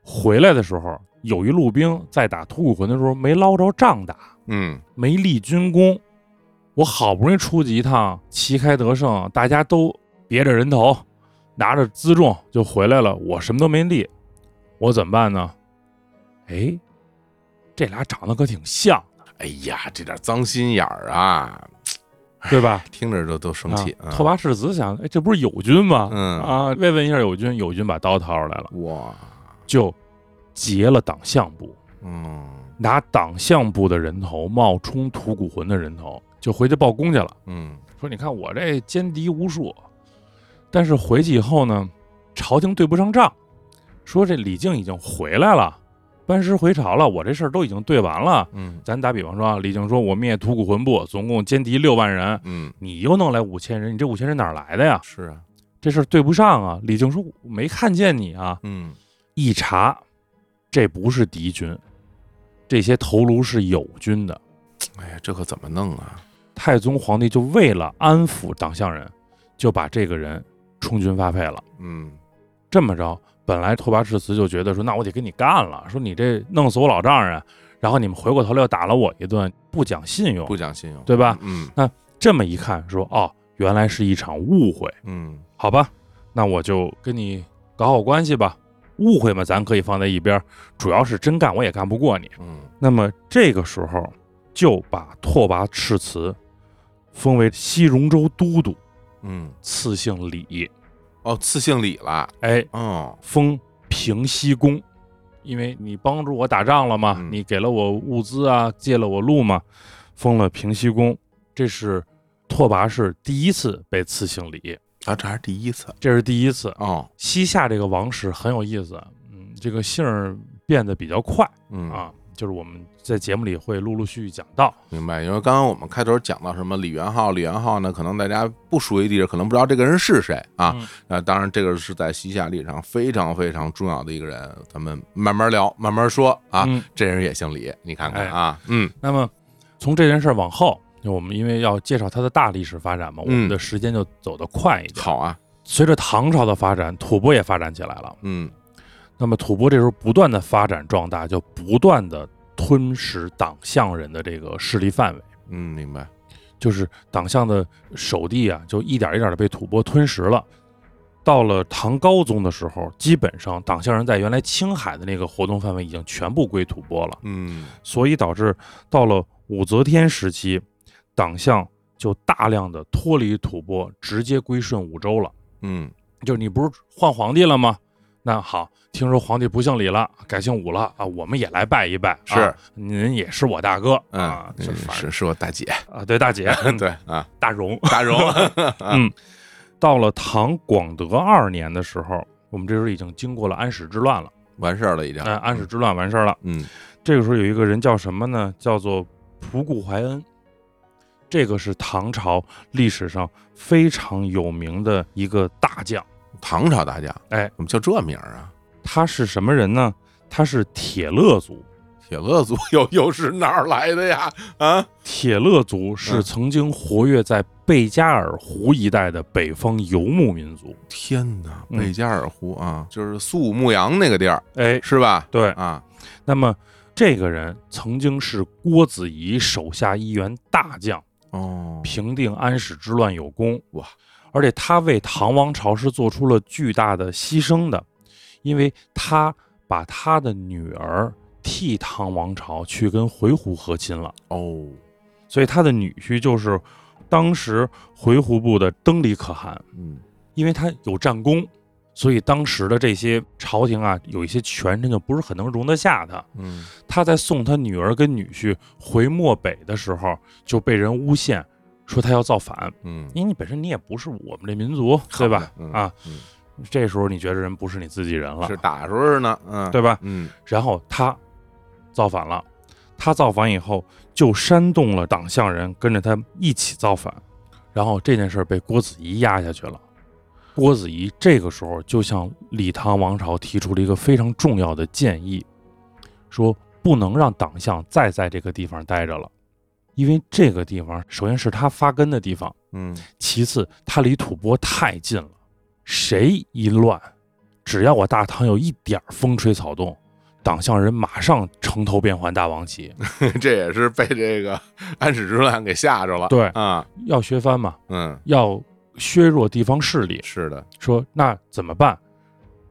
Speaker 2: 回来的时候，有一路兵在打吐谷浑的时候没捞着仗打，
Speaker 1: 嗯，
Speaker 2: 没立军功。我好不容易出去一趟，旗开得胜，大家都别着人头，拿着辎重就回来了，我什么都没立，我怎么办呢？哎，这俩长得可挺像，
Speaker 1: 哎呀，这点脏心眼儿啊，
Speaker 2: 对吧？
Speaker 1: 听着都都生气
Speaker 2: 啊。拓跋赤子想，哎，这不是友军吗？
Speaker 1: 嗯
Speaker 2: 啊，慰问一下友军，友军把刀掏出来了。
Speaker 1: 哇，
Speaker 2: 就劫了党项部，
Speaker 1: 嗯
Speaker 2: 拿党项部的人头冒充吐谷浑的人头，就回去报功去了，
Speaker 1: 嗯
Speaker 2: 说你看我这歼敌无数，但是回去以后呢，朝廷对不上账，说这李靖已经回来了，班师回朝了，我这事儿都已经对完了。
Speaker 1: 嗯
Speaker 2: 咱打比方说啊，李靖说我灭吐谷浑部，总共歼敌六万人，
Speaker 1: 嗯，
Speaker 2: 你又弄来五千人，你这五千人哪儿来的呀？
Speaker 1: 是啊，
Speaker 2: 这事儿对不上啊！李靖说我没看见你啊，
Speaker 1: 嗯
Speaker 2: 一查，这不是敌军，这些头颅是友军的。
Speaker 1: 哎呀，这可怎么弄啊？
Speaker 2: 太宗皇帝就为了安抚党项人，就把这个人充军发配了。
Speaker 1: 嗯
Speaker 2: 这么着，本来拓跋赤子就觉得说，那我得跟你干了，说你这弄死我老丈人，然后你们回过头来又打了我一顿，不讲信用，
Speaker 1: 不讲信用，
Speaker 2: 对吧？
Speaker 1: 嗯
Speaker 2: 这么一看说，哦，原来是一场误会，
Speaker 1: 嗯
Speaker 2: 好吧，那我就跟你搞好关系吧。误会嘛，咱可以放在一边儿，主要是真干我也干不过你。
Speaker 1: 嗯
Speaker 2: 那么这个时候就把拓跋赤慈封为西戎州都督，
Speaker 1: 嗯，
Speaker 2: 赐姓李，
Speaker 1: 哦，赐姓李了，
Speaker 2: 哎，
Speaker 1: 哦，
Speaker 2: 封平西公，因为你帮助我打仗了嘛，
Speaker 1: 嗯
Speaker 2: 你给了我物资啊，借了我路嘛，封了平西公。这是拓跋氏第一次被赐姓李，
Speaker 1: 啊，这还是第一次，
Speaker 2: 这是第一次。
Speaker 1: 哦，
Speaker 2: 西夏这个王室很有意思，嗯，这个姓儿变得比较快
Speaker 1: 嗯，
Speaker 2: 啊，就是我们在节目里会陆陆续续讲到。
Speaker 1: 明白。因为刚刚我们开头讲到什么李元昊，李元昊呢，可能大家不熟悉历史，可能不知道这个人是谁啊。
Speaker 2: 嗯
Speaker 1: 那当然，这个是在西夏历史上非常非常重要的一个人，咱们慢慢聊，慢慢说啊。
Speaker 2: 嗯哎
Speaker 1: 这人也姓李，你看看啊，嗯
Speaker 2: 那么从这件事儿往后，就我们因为要介绍它的大历史发展嘛，我们的时间就走得快一
Speaker 1: 嗯
Speaker 2: 点。
Speaker 1: 好啊，
Speaker 2: 随着唐朝的发展，吐蕃也发展起来了。
Speaker 1: 嗯
Speaker 2: 那么吐蕃这时候不断的发展壮大，就不断的吞噬党项人的这个势力范围，
Speaker 1: 嗯，明白，
Speaker 2: 就是党项的首地啊，就一点一点的被吐蕃吞食了。到了唐高宗的时候，基本上党项人在原来青海的那个活动范围已经全部归吐蕃了。
Speaker 1: 嗯
Speaker 2: 所以导致到了武则天时期，党项就大量的脱离吐蕃，直接归顺武周了。
Speaker 1: 嗯
Speaker 2: 就是你不是换皇帝了吗？那好，听说皇帝不姓李了，改姓武了啊，我们也来拜一拜。啊
Speaker 1: 是
Speaker 2: 您也是我大哥
Speaker 1: 嗯
Speaker 2: 啊，，这
Speaker 1: 嗯
Speaker 2: 反
Speaker 1: 是是我大 姐，
Speaker 2: 啊，对大姐，
Speaker 1: 对啊，
Speaker 2: 大荣。
Speaker 1: 大 荣，
Speaker 2: 嗯，到了唐广德二年的时候，我们这时候已经经过了安史之乱了。
Speaker 1: 完事儿了已经
Speaker 2: 哎，，安史之乱完事儿了。
Speaker 1: 嗯
Speaker 2: 这个时候有一个人叫什么呢？叫做仆固怀恩，这个是唐朝历史上非常有名的一个大将。
Speaker 1: 唐朝大将，
Speaker 2: 哎，
Speaker 1: 怎么叫这名儿啊？
Speaker 2: 他是什么人呢？他是铁勒族。
Speaker 1: 铁勒族 又又是哪儿来的呀？啊，
Speaker 2: 铁勒族是
Speaker 1: 嗯
Speaker 2: 曾经活跃在贝加尔湖一带的北方游牧民族。
Speaker 1: 天哪，
Speaker 2: 嗯
Speaker 1: 贝加尔湖啊，就是苏武牧羊那个地儿，
Speaker 2: 哎，
Speaker 1: 是吧？
Speaker 2: 对，
Speaker 1: 啊，
Speaker 2: 那么这个人曾经是郭子仪手下一员大将。
Speaker 1: 哦，
Speaker 2: 平定安史之乱有功。
Speaker 1: 哇！
Speaker 2: 而且他为唐王朝是做出了巨大的牺牲的，因为他把他的女儿替唐王朝去跟回鹘和亲了，
Speaker 1: 哦，
Speaker 2: 所以他的女婿就是当时回鹘部的登里可汗，
Speaker 1: 嗯
Speaker 2: 因为他有战功。所以当时的这些朝廷啊，有一些权臣就不是很能容得下他。
Speaker 1: 嗯，
Speaker 2: 他在送他女儿跟女婿回漠北的时候，就被人诬陷说他要造反，
Speaker 1: 嗯，
Speaker 2: 因为你本身你也不是我们这民族，对吧？
Speaker 1: 嗯
Speaker 2: 啊，，
Speaker 1: 嗯
Speaker 2: 这时候你觉得人不是你自己人了，
Speaker 1: 是打时候呢，嗯，
Speaker 2: 对吧？
Speaker 1: 嗯，
Speaker 2: 然后他造反了，他造反以后就煽动了党项人跟着他一起造反，然后这件事儿被郭子仪压下去了。郭子仪这个时候就向李唐王朝提出了一个非常重要的建议，说不能让党项再在这个地方待着了，因为这个地方首先是他发根的地方，
Speaker 1: 嗯，
Speaker 2: 其次，它离吐蕃太近了，谁一乱，只要我大唐有一点儿风吹草动，党项人马上城头变换大王旗。
Speaker 1: 这也是被这个安史之乱给吓着了，
Speaker 2: 对
Speaker 1: 啊，
Speaker 2: 要削藩嘛，
Speaker 1: 嗯，
Speaker 2: 要削弱地方势力。
Speaker 1: 是的，
Speaker 2: 说那怎么办？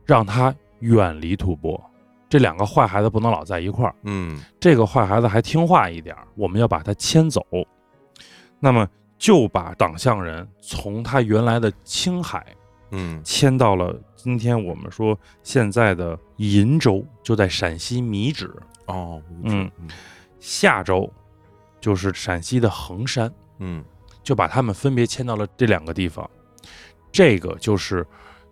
Speaker 2: 让他远离吐蕃。这两个坏孩子不能老在一块儿，
Speaker 1: 嗯
Speaker 2: 这个坏孩子还听话一点儿，我们要把他牵走。那么就把党项人从他原来的青海
Speaker 1: 嗯
Speaker 2: 迁到了今天我们说现在的鄞州，就在陕西米脂；
Speaker 1: 哦，
Speaker 2: 嗯夏州就是陕西的衡山，
Speaker 1: 嗯
Speaker 2: 就把他们分别迁到了这两个地方。这个就是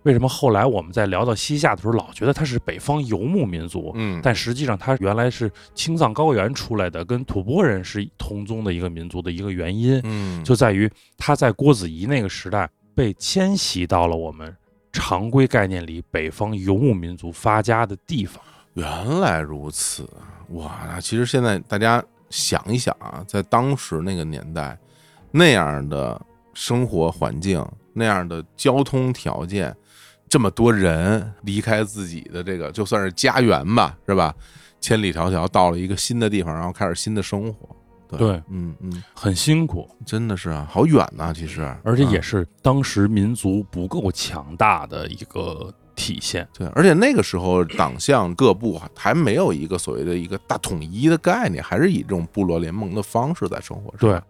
Speaker 2: 为什么后来我们在聊到西夏的时候，老觉得他是北方游牧民族，
Speaker 1: 嗯，
Speaker 2: 但实际上他原来是青藏高原出来的，跟吐蕃人是同宗的一个民族的一个原因。
Speaker 1: 嗯
Speaker 2: 就在于他在郭子仪那个时代被迁徙到了我们常规概念里北方游牧民族发家的地方。
Speaker 1: 原来如此，哇！那其实现在大家想一想啊，在当时那个年代，那样的生活环境，那样的交通条件，这么多人离开自己的这个就算是家园吧，是吧？千里迢迢到了一个新的地方，然后开始新的生活。对，
Speaker 2: 对
Speaker 1: 嗯嗯，
Speaker 2: 很辛苦，
Speaker 1: 真的是啊，好远呐、其实，嗯
Speaker 2: 而且也
Speaker 1: 是、
Speaker 2: 是当时民族不够强大的一个体现。
Speaker 1: 对，而且那个时候党项各部啊还没有一个所谓的一个大统一的概念，还是以这种部落联盟的方式在生活。
Speaker 2: 对，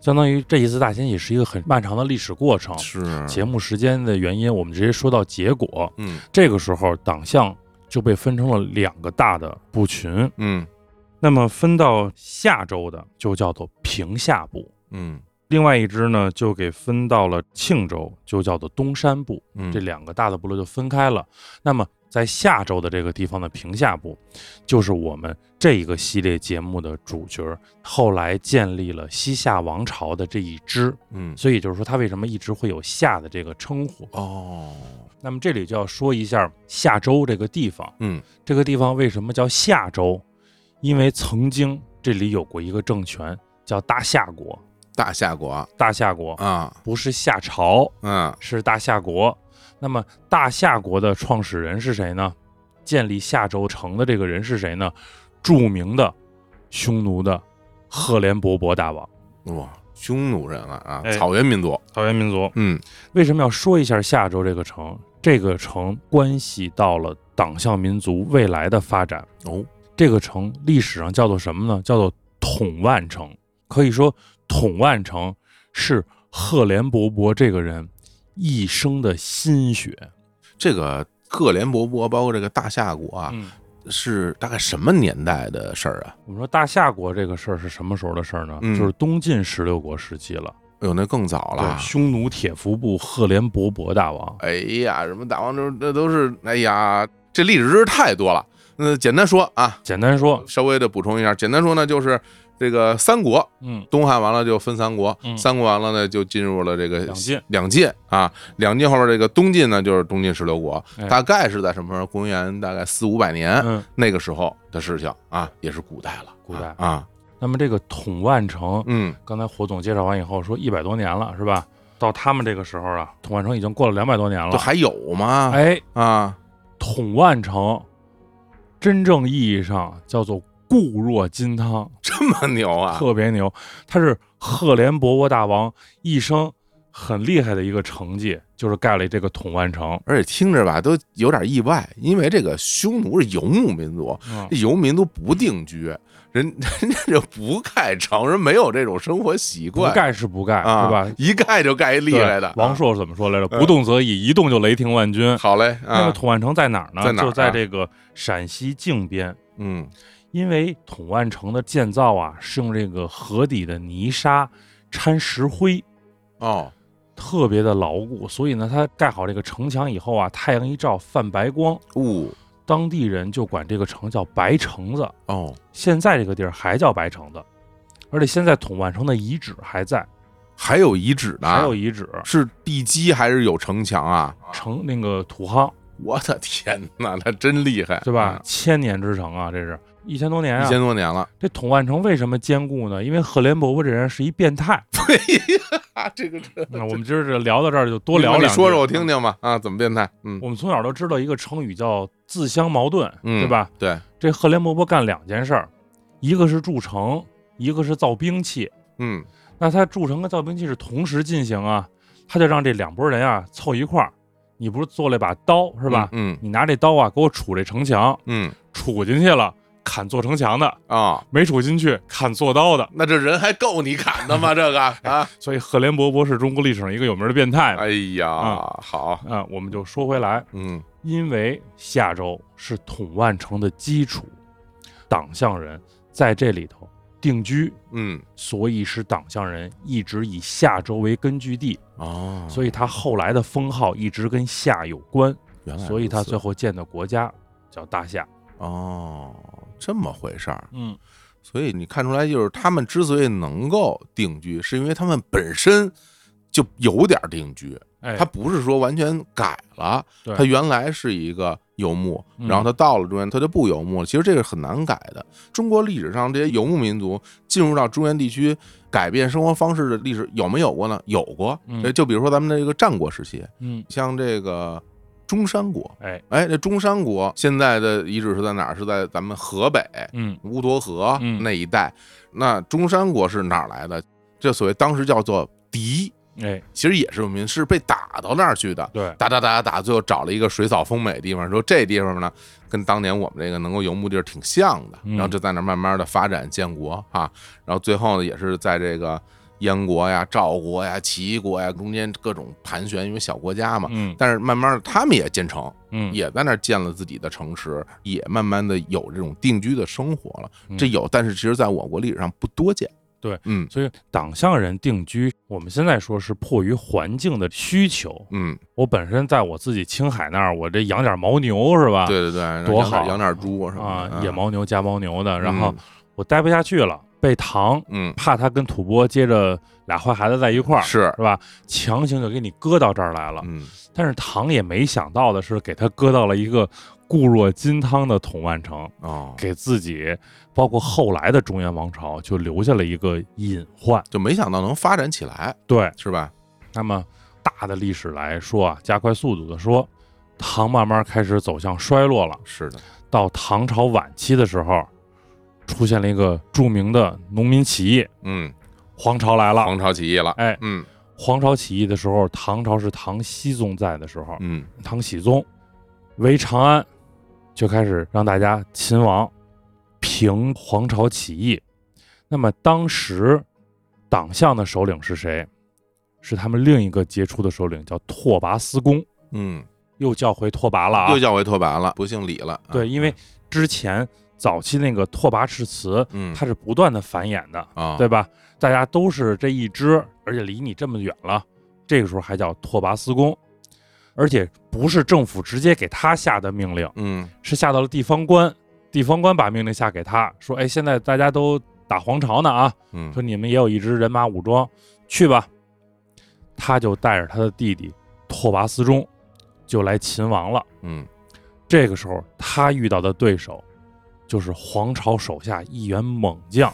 Speaker 2: 相当于这一次大迁徙是一个很漫长的历史过程。
Speaker 1: 是
Speaker 2: 节目时间的原因，我们直接说到结果。
Speaker 1: 嗯
Speaker 2: 这个时候，党项就被分成了两个大的部群。
Speaker 1: 嗯
Speaker 2: 那么分到夏州的就叫做平夏部，
Speaker 1: 嗯
Speaker 2: 另外一支呢，就给分到了庆州，就叫做东山部。
Speaker 1: 嗯，
Speaker 2: 这两个大的部落就分开了。那么在夏州的这个地方的平夏部，就是我们这一个系列节目的主角儿，后来建立了西夏王朝的这一支。
Speaker 1: 嗯
Speaker 2: 所以也就是说，他为什么一直会有夏的这个称呼？
Speaker 1: 哦
Speaker 2: 那么这里就要说一下夏州这个地方。
Speaker 1: 嗯，
Speaker 2: 这个地方为什么叫夏州？因为曾经这里有过一个政权叫大夏国，
Speaker 1: 大夏国
Speaker 2: 大夏国
Speaker 1: 啊
Speaker 2: 不是夏朝，
Speaker 1: 嗯
Speaker 2: 是大夏国。那么大夏国的创始人是谁呢？建立夏州城的这个人是谁呢？著名的匈奴的赫连勃勃大王。
Speaker 1: 哇，匈奴人了啊，
Speaker 2: 哎
Speaker 1: 草原民族
Speaker 2: 草原民族
Speaker 1: 嗯
Speaker 2: 为什么要说一下夏州这个城？这个城关系到了党项民族未来的发展。
Speaker 1: 哦
Speaker 2: 这个城历史上叫做什么呢？叫做统万城。可以说，统万城是赫连勃勃这个人一生的心血。
Speaker 1: 这个。赫连勃勃，包括这个大夏国啊，
Speaker 2: 嗯，
Speaker 1: 是大概什么年代的事儿啊？
Speaker 2: 我们说大夏国这个事儿是什么时候的事儿呢？
Speaker 1: 嗯
Speaker 2: 就是东晋十六国时期了。
Speaker 1: 哎呦，那更早了
Speaker 2: 对，。匈奴铁服部赫连勃勃大王。
Speaker 1: 哎呀，什么大王州，那都是哎呀，这历史知识太多了。那简单说啊，
Speaker 2: 简单说，
Speaker 1: 稍微的补充一下，简单说呢，就是这个三国
Speaker 2: 嗯，
Speaker 1: 东汉完了就分三国，
Speaker 2: 嗯
Speaker 1: 三国完了呢就进入了这个
Speaker 2: 两晋
Speaker 1: 两晋啊，两晋后边这个东晋呢就是东晋十六国，
Speaker 2: 哎
Speaker 1: 大概是在什么时候？公元大概四五百年、
Speaker 2: 嗯，
Speaker 1: 那个时候的事情啊，也是古代了，
Speaker 2: 古代
Speaker 1: 啊，
Speaker 2: 那么这个统万城，
Speaker 1: 嗯
Speaker 2: 刚才火总介绍完以后说一百多年了，是吧？到他们这个时候啊，统万城已经过了两百多年了
Speaker 1: 这。还有吗？
Speaker 2: 哎，
Speaker 1: 啊，
Speaker 2: 统万城，真正意义上叫做固若金汤，
Speaker 1: 这么牛啊！
Speaker 2: 特别牛。他是赫连勃勃大王一生很厉害的一个成绩，就是盖了这个统万城。
Speaker 1: 而且听着吧，都有点意外，因为这个匈奴是游牧民族，
Speaker 2: 嗯
Speaker 1: 这游牧民族不定居，人 人家就不盖城，人没有这种生活习
Speaker 2: 不
Speaker 1: 惯，
Speaker 2: 盖是不盖，
Speaker 1: 啊，
Speaker 2: 是吧？
Speaker 1: 一盖就盖一厉害的
Speaker 2: 对。王
Speaker 1: 啊
Speaker 2: 朔怎么说来着？
Speaker 1: 嗯
Speaker 2: 不动则已，一动就雷霆万钧。
Speaker 1: 好嘞，
Speaker 2: 那
Speaker 1: 啊
Speaker 2: 么，统万城在哪儿呢？
Speaker 1: 在哪儿啊
Speaker 2: 就在这个陕西靖边。
Speaker 1: 嗯
Speaker 2: 因为统万城的建造啊，是用这个河底的泥沙掺石灰，
Speaker 1: 哦，
Speaker 2: 特别的牢固，所以呢，它盖好这个城墙以后啊，太阳一照泛白光，
Speaker 1: 雾，
Speaker 2: 当地人就管这个城叫白城子。
Speaker 1: 哦，
Speaker 2: 现在这个地儿还叫白城子，而且现在统万城的遗址还在，
Speaker 1: 还有遗址呢，
Speaker 2: 还有遗址，
Speaker 1: 是地基还是有城墙啊？
Speaker 2: 城那个土夯
Speaker 1: 我的天哪，他真厉害，
Speaker 2: 对吧？？千年之城啊，这是一千多年
Speaker 1: 啊一
Speaker 2: 啊。
Speaker 1: 千多年了，
Speaker 2: 这统万城为什么坚固呢？因为赫连勃勃这人是一变态。
Speaker 1: 啊，这个这
Speaker 2: 那我们今儿这聊到这儿就多聊
Speaker 1: 你
Speaker 2: 两句。
Speaker 1: 说说我听。听吧，啊，怎么变态？嗯，
Speaker 2: 我们从小都知道一个成语叫自相矛盾，
Speaker 1: 嗯
Speaker 2: 对吧？
Speaker 1: 对，
Speaker 2: 这赫连勃勃干两件事儿，一个是筑城，一个是造兵器。
Speaker 1: 嗯，
Speaker 2: 那他筑城跟造兵器是同时进行啊，他就让这两拨人啊凑一块儿。你不是做了一把刀是吧？
Speaker 1: 嗯
Speaker 2: 你拿这刀啊给我杵这城墙，
Speaker 1: 嗯
Speaker 2: 杵进去了砍做城墙的，
Speaker 1: 啊、哦，
Speaker 2: 没杵进去砍做刀的。
Speaker 1: 那这人还够你砍的 吗？这个啊，
Speaker 2: 所以赫连勃勃是中国历史上一个有名的变态嘛。
Speaker 1: 哎呀，
Speaker 2: 啊
Speaker 1: 好，
Speaker 2: 啊，我们就说回来，
Speaker 1: 嗯
Speaker 2: 因为夏州是统万城的基础，党项人在这里头定居，
Speaker 1: 嗯，
Speaker 2: 所以使党项人一直以夏州为根据地，
Speaker 1: 哦，
Speaker 2: 所以他后来的封号一直跟夏有关，
Speaker 1: 原来
Speaker 2: 所以他
Speaker 1: 如此
Speaker 2: 最后建的国家叫大夏。
Speaker 1: 哦，这么回事儿。
Speaker 2: 嗯，
Speaker 1: 所以你看出来，就是他们之所以能够定居，是因为他们本身就有点儿定居，
Speaker 2: 哎，
Speaker 1: 他不是说完全改了，
Speaker 2: 对
Speaker 1: 他原来是一个游牧，
Speaker 2: 嗯
Speaker 1: 然后他到了中原，他就不游牧了。其实这个是很难改的。中国历史上这些游牧民族进入到中原地区，改变生活方式的历史有没有过呢？有过
Speaker 2: 嗯。
Speaker 1: 哎就比如说咱们这个战国时期，
Speaker 2: 嗯，
Speaker 1: 像这个中山国，
Speaker 2: 哎，
Speaker 1: 哎，这中山国现在的遗址是在哪儿？是在咱们河北
Speaker 2: 嗯，
Speaker 1: 乌托河
Speaker 2: 嗯
Speaker 1: 那一带。那中山国是哪儿来的？这所谓当时叫做狄，
Speaker 2: 哎，
Speaker 1: 其实也是游民，是被打到那儿去的。
Speaker 2: 对，
Speaker 1: 打打打打打，最后找了一个水草丰美的地方，说这地方呢，跟当年我们这个能够游牧地儿挺像的，
Speaker 2: 嗯
Speaker 1: 然后就在那儿慢慢的发展建国啊，然后最后呢，也是在这个燕国呀、赵国呀、齐国呀中间各种盘旋，因为小国家嘛。
Speaker 2: 嗯
Speaker 1: 但是慢慢的，他们也建成，
Speaker 2: 嗯，
Speaker 1: 也在那儿建了自己的城池，也慢慢的有这种定居的生活了。
Speaker 2: 嗯
Speaker 1: 这有，但是其实在我国历史上不多见。
Speaker 2: 对，
Speaker 1: 嗯
Speaker 2: 所以党项人定居，我们现在说是迫于环境的需求。
Speaker 1: 嗯，
Speaker 2: 我本身在我自己青海那儿，我这养点牦牛是吧？
Speaker 1: 对对对，
Speaker 2: 啊多
Speaker 1: 养点
Speaker 2: 好
Speaker 1: 养点猪什么的
Speaker 2: 啊，野，牦牛、家牦牛的，
Speaker 1: 嗯
Speaker 2: 然后我待不下去了，被唐
Speaker 1: 嗯
Speaker 2: 怕他跟吐蕃接着俩坏孩子在一块儿，
Speaker 1: 是
Speaker 2: 啊是吧？强行就给你搁到这儿来了。
Speaker 1: 嗯
Speaker 2: 但是唐也没想到的是，给他搁到了一个固若金汤的统万城，
Speaker 1: 哦，
Speaker 2: 给自己包括后来的中原王朝就留下了一个隐患。
Speaker 1: 就没想到能发展起来，
Speaker 2: 对，
Speaker 1: 是吧？
Speaker 2: 那么大的历史来说啊，加快速度的说，唐慢慢开始走向衰落了。
Speaker 1: 是的，
Speaker 2: 到唐朝晚期的时候，出现了一个著名的农民起义，
Speaker 1: 嗯，
Speaker 2: 皇朝来了。
Speaker 1: 皇朝起义了，
Speaker 2: 哎，
Speaker 1: 嗯
Speaker 2: 皇朝起义的时候，唐朝是唐僖宗在的时候，
Speaker 1: 嗯，
Speaker 2: 唐僖宗围长安，就开始让大家勤王，平皇朝起义。那么当时党项的首领是谁？是他们另一个杰出的首领，叫拓跋思恭，
Speaker 1: 嗯，
Speaker 2: 又叫回拓跋了啊
Speaker 1: 又。叫回拓跋了，不姓李了，啊
Speaker 2: 对，因为之前早期那个拓跋赤词，
Speaker 1: 嗯
Speaker 2: 它是不断的繁衍的，
Speaker 1: 啊，
Speaker 2: 对吧？大家都是这一支，而且离你这么远了，这个时候还叫拓跋思恭，而且不是政府直接给他下的命令，
Speaker 1: 嗯
Speaker 2: 是下到了地方官，地方官把命令下给他说：“哎，现在大家都打皇朝呢啊，
Speaker 1: 嗯
Speaker 2: 说你们也有一支人马武装，去吧。”他就带着他的弟弟拓跋思忠，就来秦王了。
Speaker 1: 嗯，
Speaker 2: 这个时候，他遇到的对手就是皇朝手下一员猛将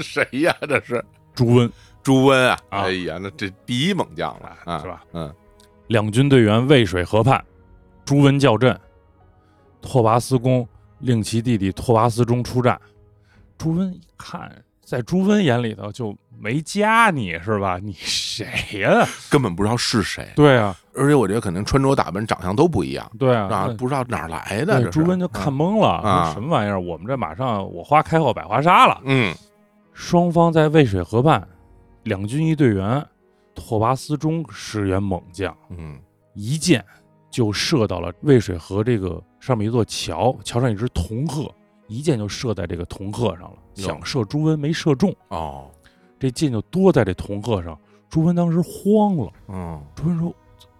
Speaker 1: 谁呀？这是
Speaker 2: 朱温。
Speaker 1: 朱温啊！
Speaker 2: 啊
Speaker 1: 哎呀，那这第一猛将了啊，
Speaker 2: 是吧？
Speaker 1: 嗯
Speaker 2: 两军队员渭水河畔，朱温叫阵，拓跋思恭令其弟弟拓跋思忠出战。朱温一看，在朱温眼里头就没加你是吧？你谁呀、
Speaker 1: 根本不知道是谁，
Speaker 2: 对啊，
Speaker 1: 而且我觉得肯定穿着打扮、长相都不一样
Speaker 2: 对啊，
Speaker 1: 啊
Speaker 2: 那，
Speaker 1: 不知道哪儿来的。这
Speaker 2: 对
Speaker 1: 是
Speaker 2: 朱温就看，懵了，
Speaker 1: 啊
Speaker 2: 说什么玩意儿？我们这马上我花开后百花杀了。
Speaker 1: 嗯
Speaker 2: 双方在渭水河畔，两军一队员，拓跋思忠是员猛将。
Speaker 1: 嗯
Speaker 2: 一箭就射到了渭水河这个上面一座桥，桥上有一只铜鹤，一箭就射在这个铜鹤上了，
Speaker 1: 哟
Speaker 2: 想射朱温没射中。
Speaker 1: 哦，
Speaker 2: 这这劲就多在这铜鹤上。朱温当时慌了，
Speaker 1: 嗯，
Speaker 2: 朱温说：“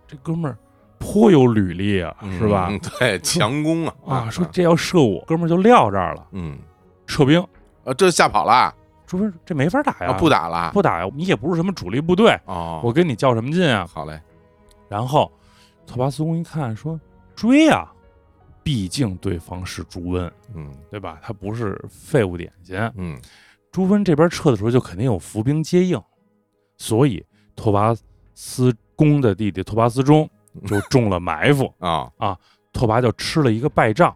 Speaker 2: 这哥们儿颇有履历啊， 是吧
Speaker 1: 嗯？ 对，强攻啊
Speaker 2: 啊，说这要射我，哥们儿就撂这儿了，
Speaker 1: 嗯，
Speaker 2: 撤兵。
Speaker 1: 啊，这吓跑了，
Speaker 2: 朱温说这没法打哎呀，
Speaker 1: 啊，不打了，
Speaker 2: 不打呀，你也不是什么主力部队，
Speaker 1: 哦，
Speaker 2: 我跟你较什么劲啊？
Speaker 1: 好嘞，
Speaker 2: 然后拓跋思恭一看说追啊，毕竟对方是朱温，
Speaker 1: 嗯
Speaker 2: 对吧？他不是废物点心。
Speaker 1: 嗯
Speaker 2: 朱温这边撤的时候就肯定有伏兵接应，所以拓跋思恭的弟弟拓跋思忠 就中了埋伏，
Speaker 1: 啊，
Speaker 2: 拓跋就吃了一个败仗。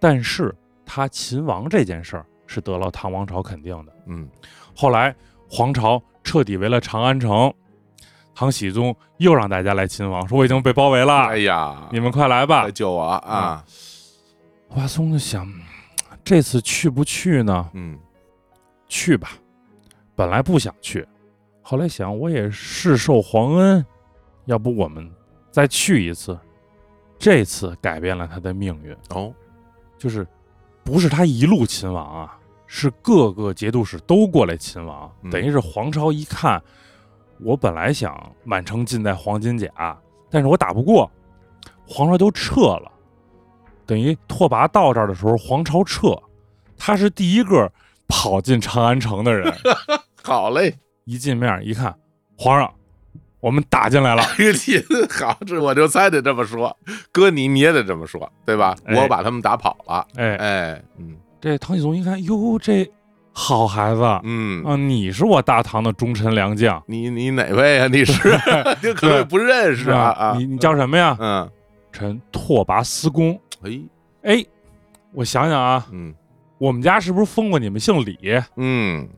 Speaker 2: 但是他秦王这件事儿是得到唐王朝肯定的。
Speaker 1: 嗯
Speaker 2: 后来皇朝彻底围了长安城，唐僖宗又让大家来秦王，说我已经被包围了，
Speaker 1: 哎呀，
Speaker 2: 啊你们快来吧
Speaker 1: 来。救我啊！
Speaker 2: 华松就想，嗯这次去不去呢？
Speaker 1: 嗯
Speaker 2: 去吧，本来不想去，后来想我也是受皇恩，要不我们再去一次。这次改变了他的命运，
Speaker 1: 哦，
Speaker 2: 就是不是他一路秦王啊，是各个节度使都过来秦王，
Speaker 1: 嗯
Speaker 2: 等于是皇朝一看，我本来想满城尽带黄金甲，但是我打不过，皇朝就撤了。等于拓跋到这儿的时候，皇朝撤，他是第一个跑进长安城的 人。
Speaker 1: 好嘞，
Speaker 2: 一进面一看，皇上，我们打 进来了。
Speaker 1: 你好，这我就猜得这么说，哥你你也得这么说，对吧？
Speaker 2: 哎
Speaker 1: 我把他们打跑了，
Speaker 2: 哎，
Speaker 1: 哎，嗯
Speaker 2: 这唐僖宗一看，哟，这好孩子啊，
Speaker 1: 嗯，
Speaker 2: 你是我大唐的忠臣良将。
Speaker 1: 你你哪位啊？ 你是就可能不认识啊啊？
Speaker 2: 你你叫什么呀？
Speaker 1: 嗯，
Speaker 2: 臣拓跋思恭。
Speaker 1: 哎，
Speaker 2: 哎，我想想啊，
Speaker 1: 嗯
Speaker 2: 我们家是不是封过你们姓李
Speaker 1: 嗯，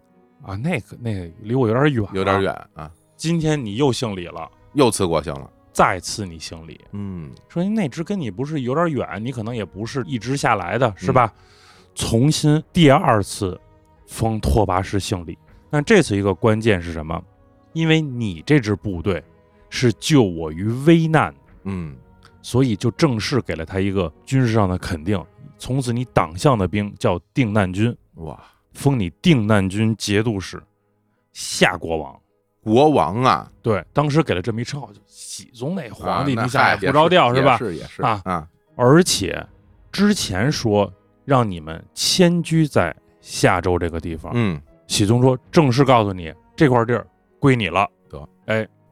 Speaker 2: 啊？那个那个离我有点远，
Speaker 1: 有点。远啊，
Speaker 2: 今天你又姓李了，
Speaker 1: 又刺国姓了，
Speaker 2: 再次你姓李，
Speaker 1: 嗯
Speaker 2: 说那支跟你不是有点远，你可能也不是一直下来的，是吧？
Speaker 1: 嗯
Speaker 2: 重新第二次封拓跋氏姓李，那这次一个关键是什么？因为你这支部队是救我于危难的
Speaker 1: 嗯
Speaker 2: 所以就正式给了他一个军事上的肯定。从此，你党项的兵叫定难军，
Speaker 1: 哇，
Speaker 2: 封你定难军节度使，夏国王。
Speaker 1: 国王啊，
Speaker 2: 对，当时给了这么一称号，就喜宗那皇帝，
Speaker 1: 啊那
Speaker 2: 你想
Speaker 1: 嗨
Speaker 2: 也不着调
Speaker 1: 也
Speaker 2: 吧？
Speaker 1: 是也是
Speaker 2: 啊
Speaker 1: 啊，
Speaker 2: 而且之前说让你们迁居在夏州这个地方，
Speaker 1: 嗯，
Speaker 2: 喜宗说正式告诉你这块地儿归你了。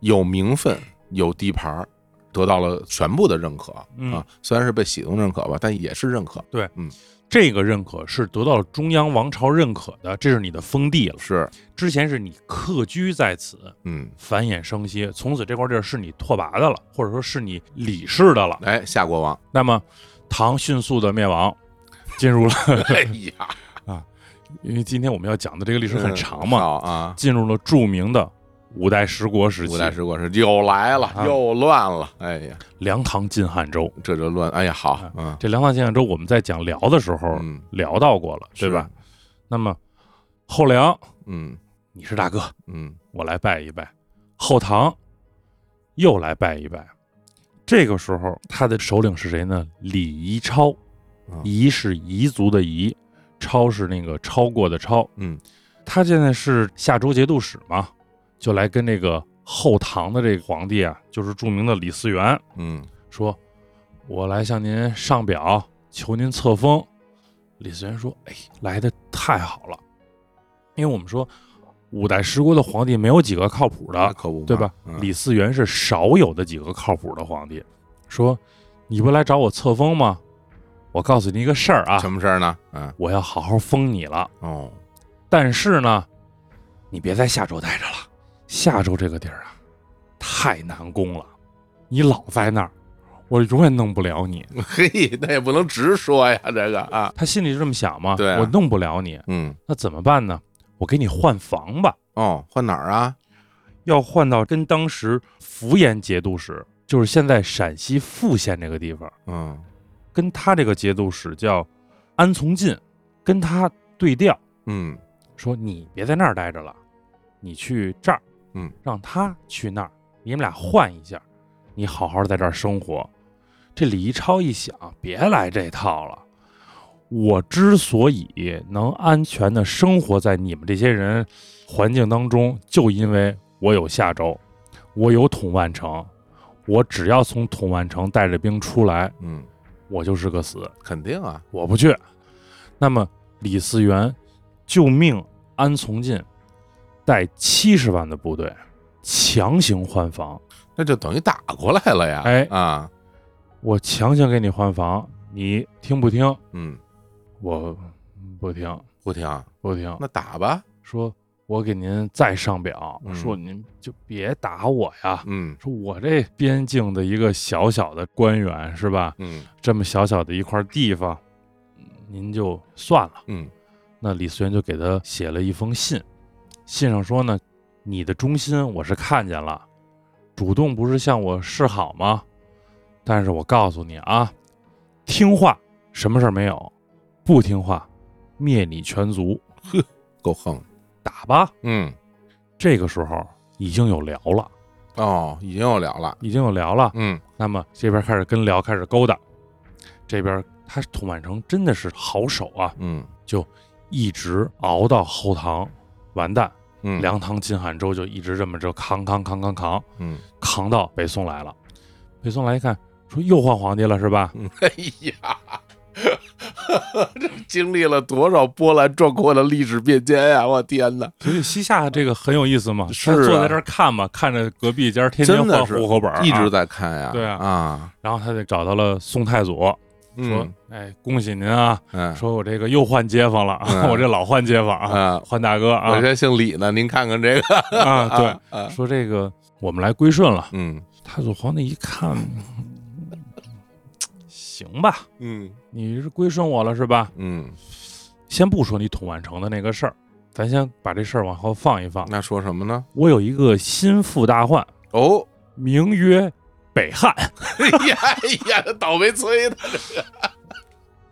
Speaker 1: 有名分，有地盘儿，得到了全部的认可、
Speaker 2: 嗯
Speaker 1: 啊。虽然是被喜宗认可吧，但也是认可。
Speaker 2: 这个认可是得到了中央王朝认可的，这是你的封地了。
Speaker 1: 是，
Speaker 2: 之前是你客居在此，
Speaker 1: 嗯，
Speaker 2: 繁衍生息，从此这块地儿是你拓跋的了，或者说是你李氏的了。
Speaker 1: 哎，夏国 王，
Speaker 2: 那么唐迅速的灭亡，进入了，
Speaker 1: 哎呀，
Speaker 2: 因为今天我们要讲的这个历史很长
Speaker 1: 好
Speaker 2: 嘛，
Speaker 1: 啊，
Speaker 2: 进入了著名的五代十国时期
Speaker 1: 五，代十国是又来了，
Speaker 2: 啊
Speaker 1: 又乱了，哎呀，
Speaker 2: 梁唐晋汉周。
Speaker 1: 这就乱，哎呀，好，嗯
Speaker 2: 这梁唐晋汉周，我们在讲辽的时候
Speaker 1: 嗯，
Speaker 2: 聊到过了，对
Speaker 1: 是
Speaker 2: 吧？？那么后梁，
Speaker 1: 嗯
Speaker 2: 你是大哥，
Speaker 1: 嗯
Speaker 2: 我来拜一拜。后唐又来拜一拜。这个时候，他的首领是谁呢？李夷超
Speaker 1: 啊，
Speaker 2: 夷是彝族的夷，超是那个超过的超。
Speaker 1: 嗯，
Speaker 2: 他现在是夏州节度使嘛，就来跟这个后唐的这个皇帝啊，就是著名的李嗣源
Speaker 1: 嗯，
Speaker 2: 说：“我来向您上表，求您册封。”李嗣源说：“哎，来的太好了，因为我们说五代十国的皇帝没有几个靠谱的，
Speaker 1: 那可不嘛，
Speaker 2: 对吧？
Speaker 1: 嗯
Speaker 2: 李嗣源是少有的几个靠谱的皇帝。说你不来找我册封吗？我告诉你一个事儿啊
Speaker 1: 什，么事儿呢？嗯
Speaker 2: 我要好好封你了。
Speaker 1: 哦，
Speaker 2: 但是呢，你别在夏州待着了，夏州这个地儿啊，太难攻了。你老在那儿，我永远弄不了你。
Speaker 1: 嘿，那也不能直说呀，这个啊，
Speaker 2: 他心里是这么想嘛，
Speaker 1: 对啊
Speaker 2: 我弄不了你，
Speaker 1: 嗯
Speaker 2: 那怎么办呢？我给你换房吧，
Speaker 1: 哦，换哪儿啊？
Speaker 2: 要换到跟当时福延节度使，就是现在陕西富县这个地方。
Speaker 1: 嗯
Speaker 2: 跟他这个节度使叫安从进，跟他对调，
Speaker 1: 嗯
Speaker 2: 说你别在那儿待着了，你去这儿，
Speaker 1: 嗯，
Speaker 2: 让他去那儿，你们俩换一下，你好好在这儿生活。这李一超一想，别来这套了，我之所以能安全的生活在你们这些人环境当中，就因为我有夏州，我有统万城，我只要从统万城带着兵出来，
Speaker 1: 嗯，
Speaker 2: 我就是个死，
Speaker 1: 肯定啊，
Speaker 2: 我不去。那么李嗣源就命安从进带七十万的部队强行换防，
Speaker 1: 那就等于打过来了呀，
Speaker 2: 哎
Speaker 1: 啊，
Speaker 2: 我强行给你换防，你听不听？
Speaker 1: 嗯，
Speaker 2: 我不听，
Speaker 1: 不听啊，
Speaker 2: 不听。
Speaker 1: 那打吧，
Speaker 2: 说我给您再上表，
Speaker 1: 嗯
Speaker 2: 说您就别打我呀。
Speaker 1: 嗯
Speaker 2: 说我这边境的一个小小的官员是吧？
Speaker 1: 嗯
Speaker 2: 这么小小的一块地方，您就算了。
Speaker 1: 嗯
Speaker 2: 那李嗣源就给他写了一封信，信上说呢，你的忠心我是看见了，主动不是向我示好吗？但是我告诉你啊，听话什么事儿没有，不听话灭你全族，
Speaker 1: 够横，
Speaker 2: 打吧。
Speaker 1: 嗯，
Speaker 2: 这个时候已经有聊了，
Speaker 1: 哦，已经有聊了，
Speaker 2: 已经有聊了。
Speaker 1: 嗯
Speaker 2: 那么这边开始跟辽开始勾搭，这边他统满城真的是好手啊，
Speaker 1: 嗯
Speaker 2: 一直熬到后唐，完蛋，
Speaker 1: 嗯，
Speaker 2: 梁唐晋汉周就一直这么着扛扛扛扛扛
Speaker 1: 嗯，
Speaker 2: 扛到北宋来了。北宋来一看，说又换皇帝了是吧？
Speaker 1: 嗯， 哎呀，这经历了多少波澜壮阔的历史变迁呀、我天哪，
Speaker 2: 所以西夏这个很有意思嘛，
Speaker 1: 是
Speaker 2: 他坐
Speaker 1: 啊
Speaker 2: 在这儿看嘛，看着隔壁家天天
Speaker 1: 真的
Speaker 2: 换
Speaker 1: 是
Speaker 2: 户口本儿啊，
Speaker 1: 一直在看呀，
Speaker 2: 对啊
Speaker 1: 啊，
Speaker 2: 然后他就找到了宋太祖，说
Speaker 1: 嗯：“
Speaker 2: 哎，恭喜您啊！
Speaker 1: 嗯
Speaker 2: 说我这个又换街坊了，
Speaker 1: 嗯
Speaker 2: 我这老换街坊啊，
Speaker 1: 啊，
Speaker 2: 换大哥
Speaker 1: 我
Speaker 2: 啊
Speaker 1: 这姓李呢，您看看这个，
Speaker 2: 啊！对，
Speaker 1: 啊，
Speaker 2: 说这个我们来归顺了。
Speaker 1: 嗯
Speaker 2: 太祖皇帝一看，行吧，
Speaker 1: 嗯
Speaker 2: 你是归顺我了是吧？
Speaker 1: 嗯，
Speaker 2: 先不说你统万城的那个事儿，咱先把这事儿往后放一放。
Speaker 1: 那说什么呢？
Speaker 2: 我有一个心腹大患，
Speaker 1: 哦，
Speaker 2: 名曰北汉。
Speaker 1: 哎呀哎呀，这倒霉催的，这个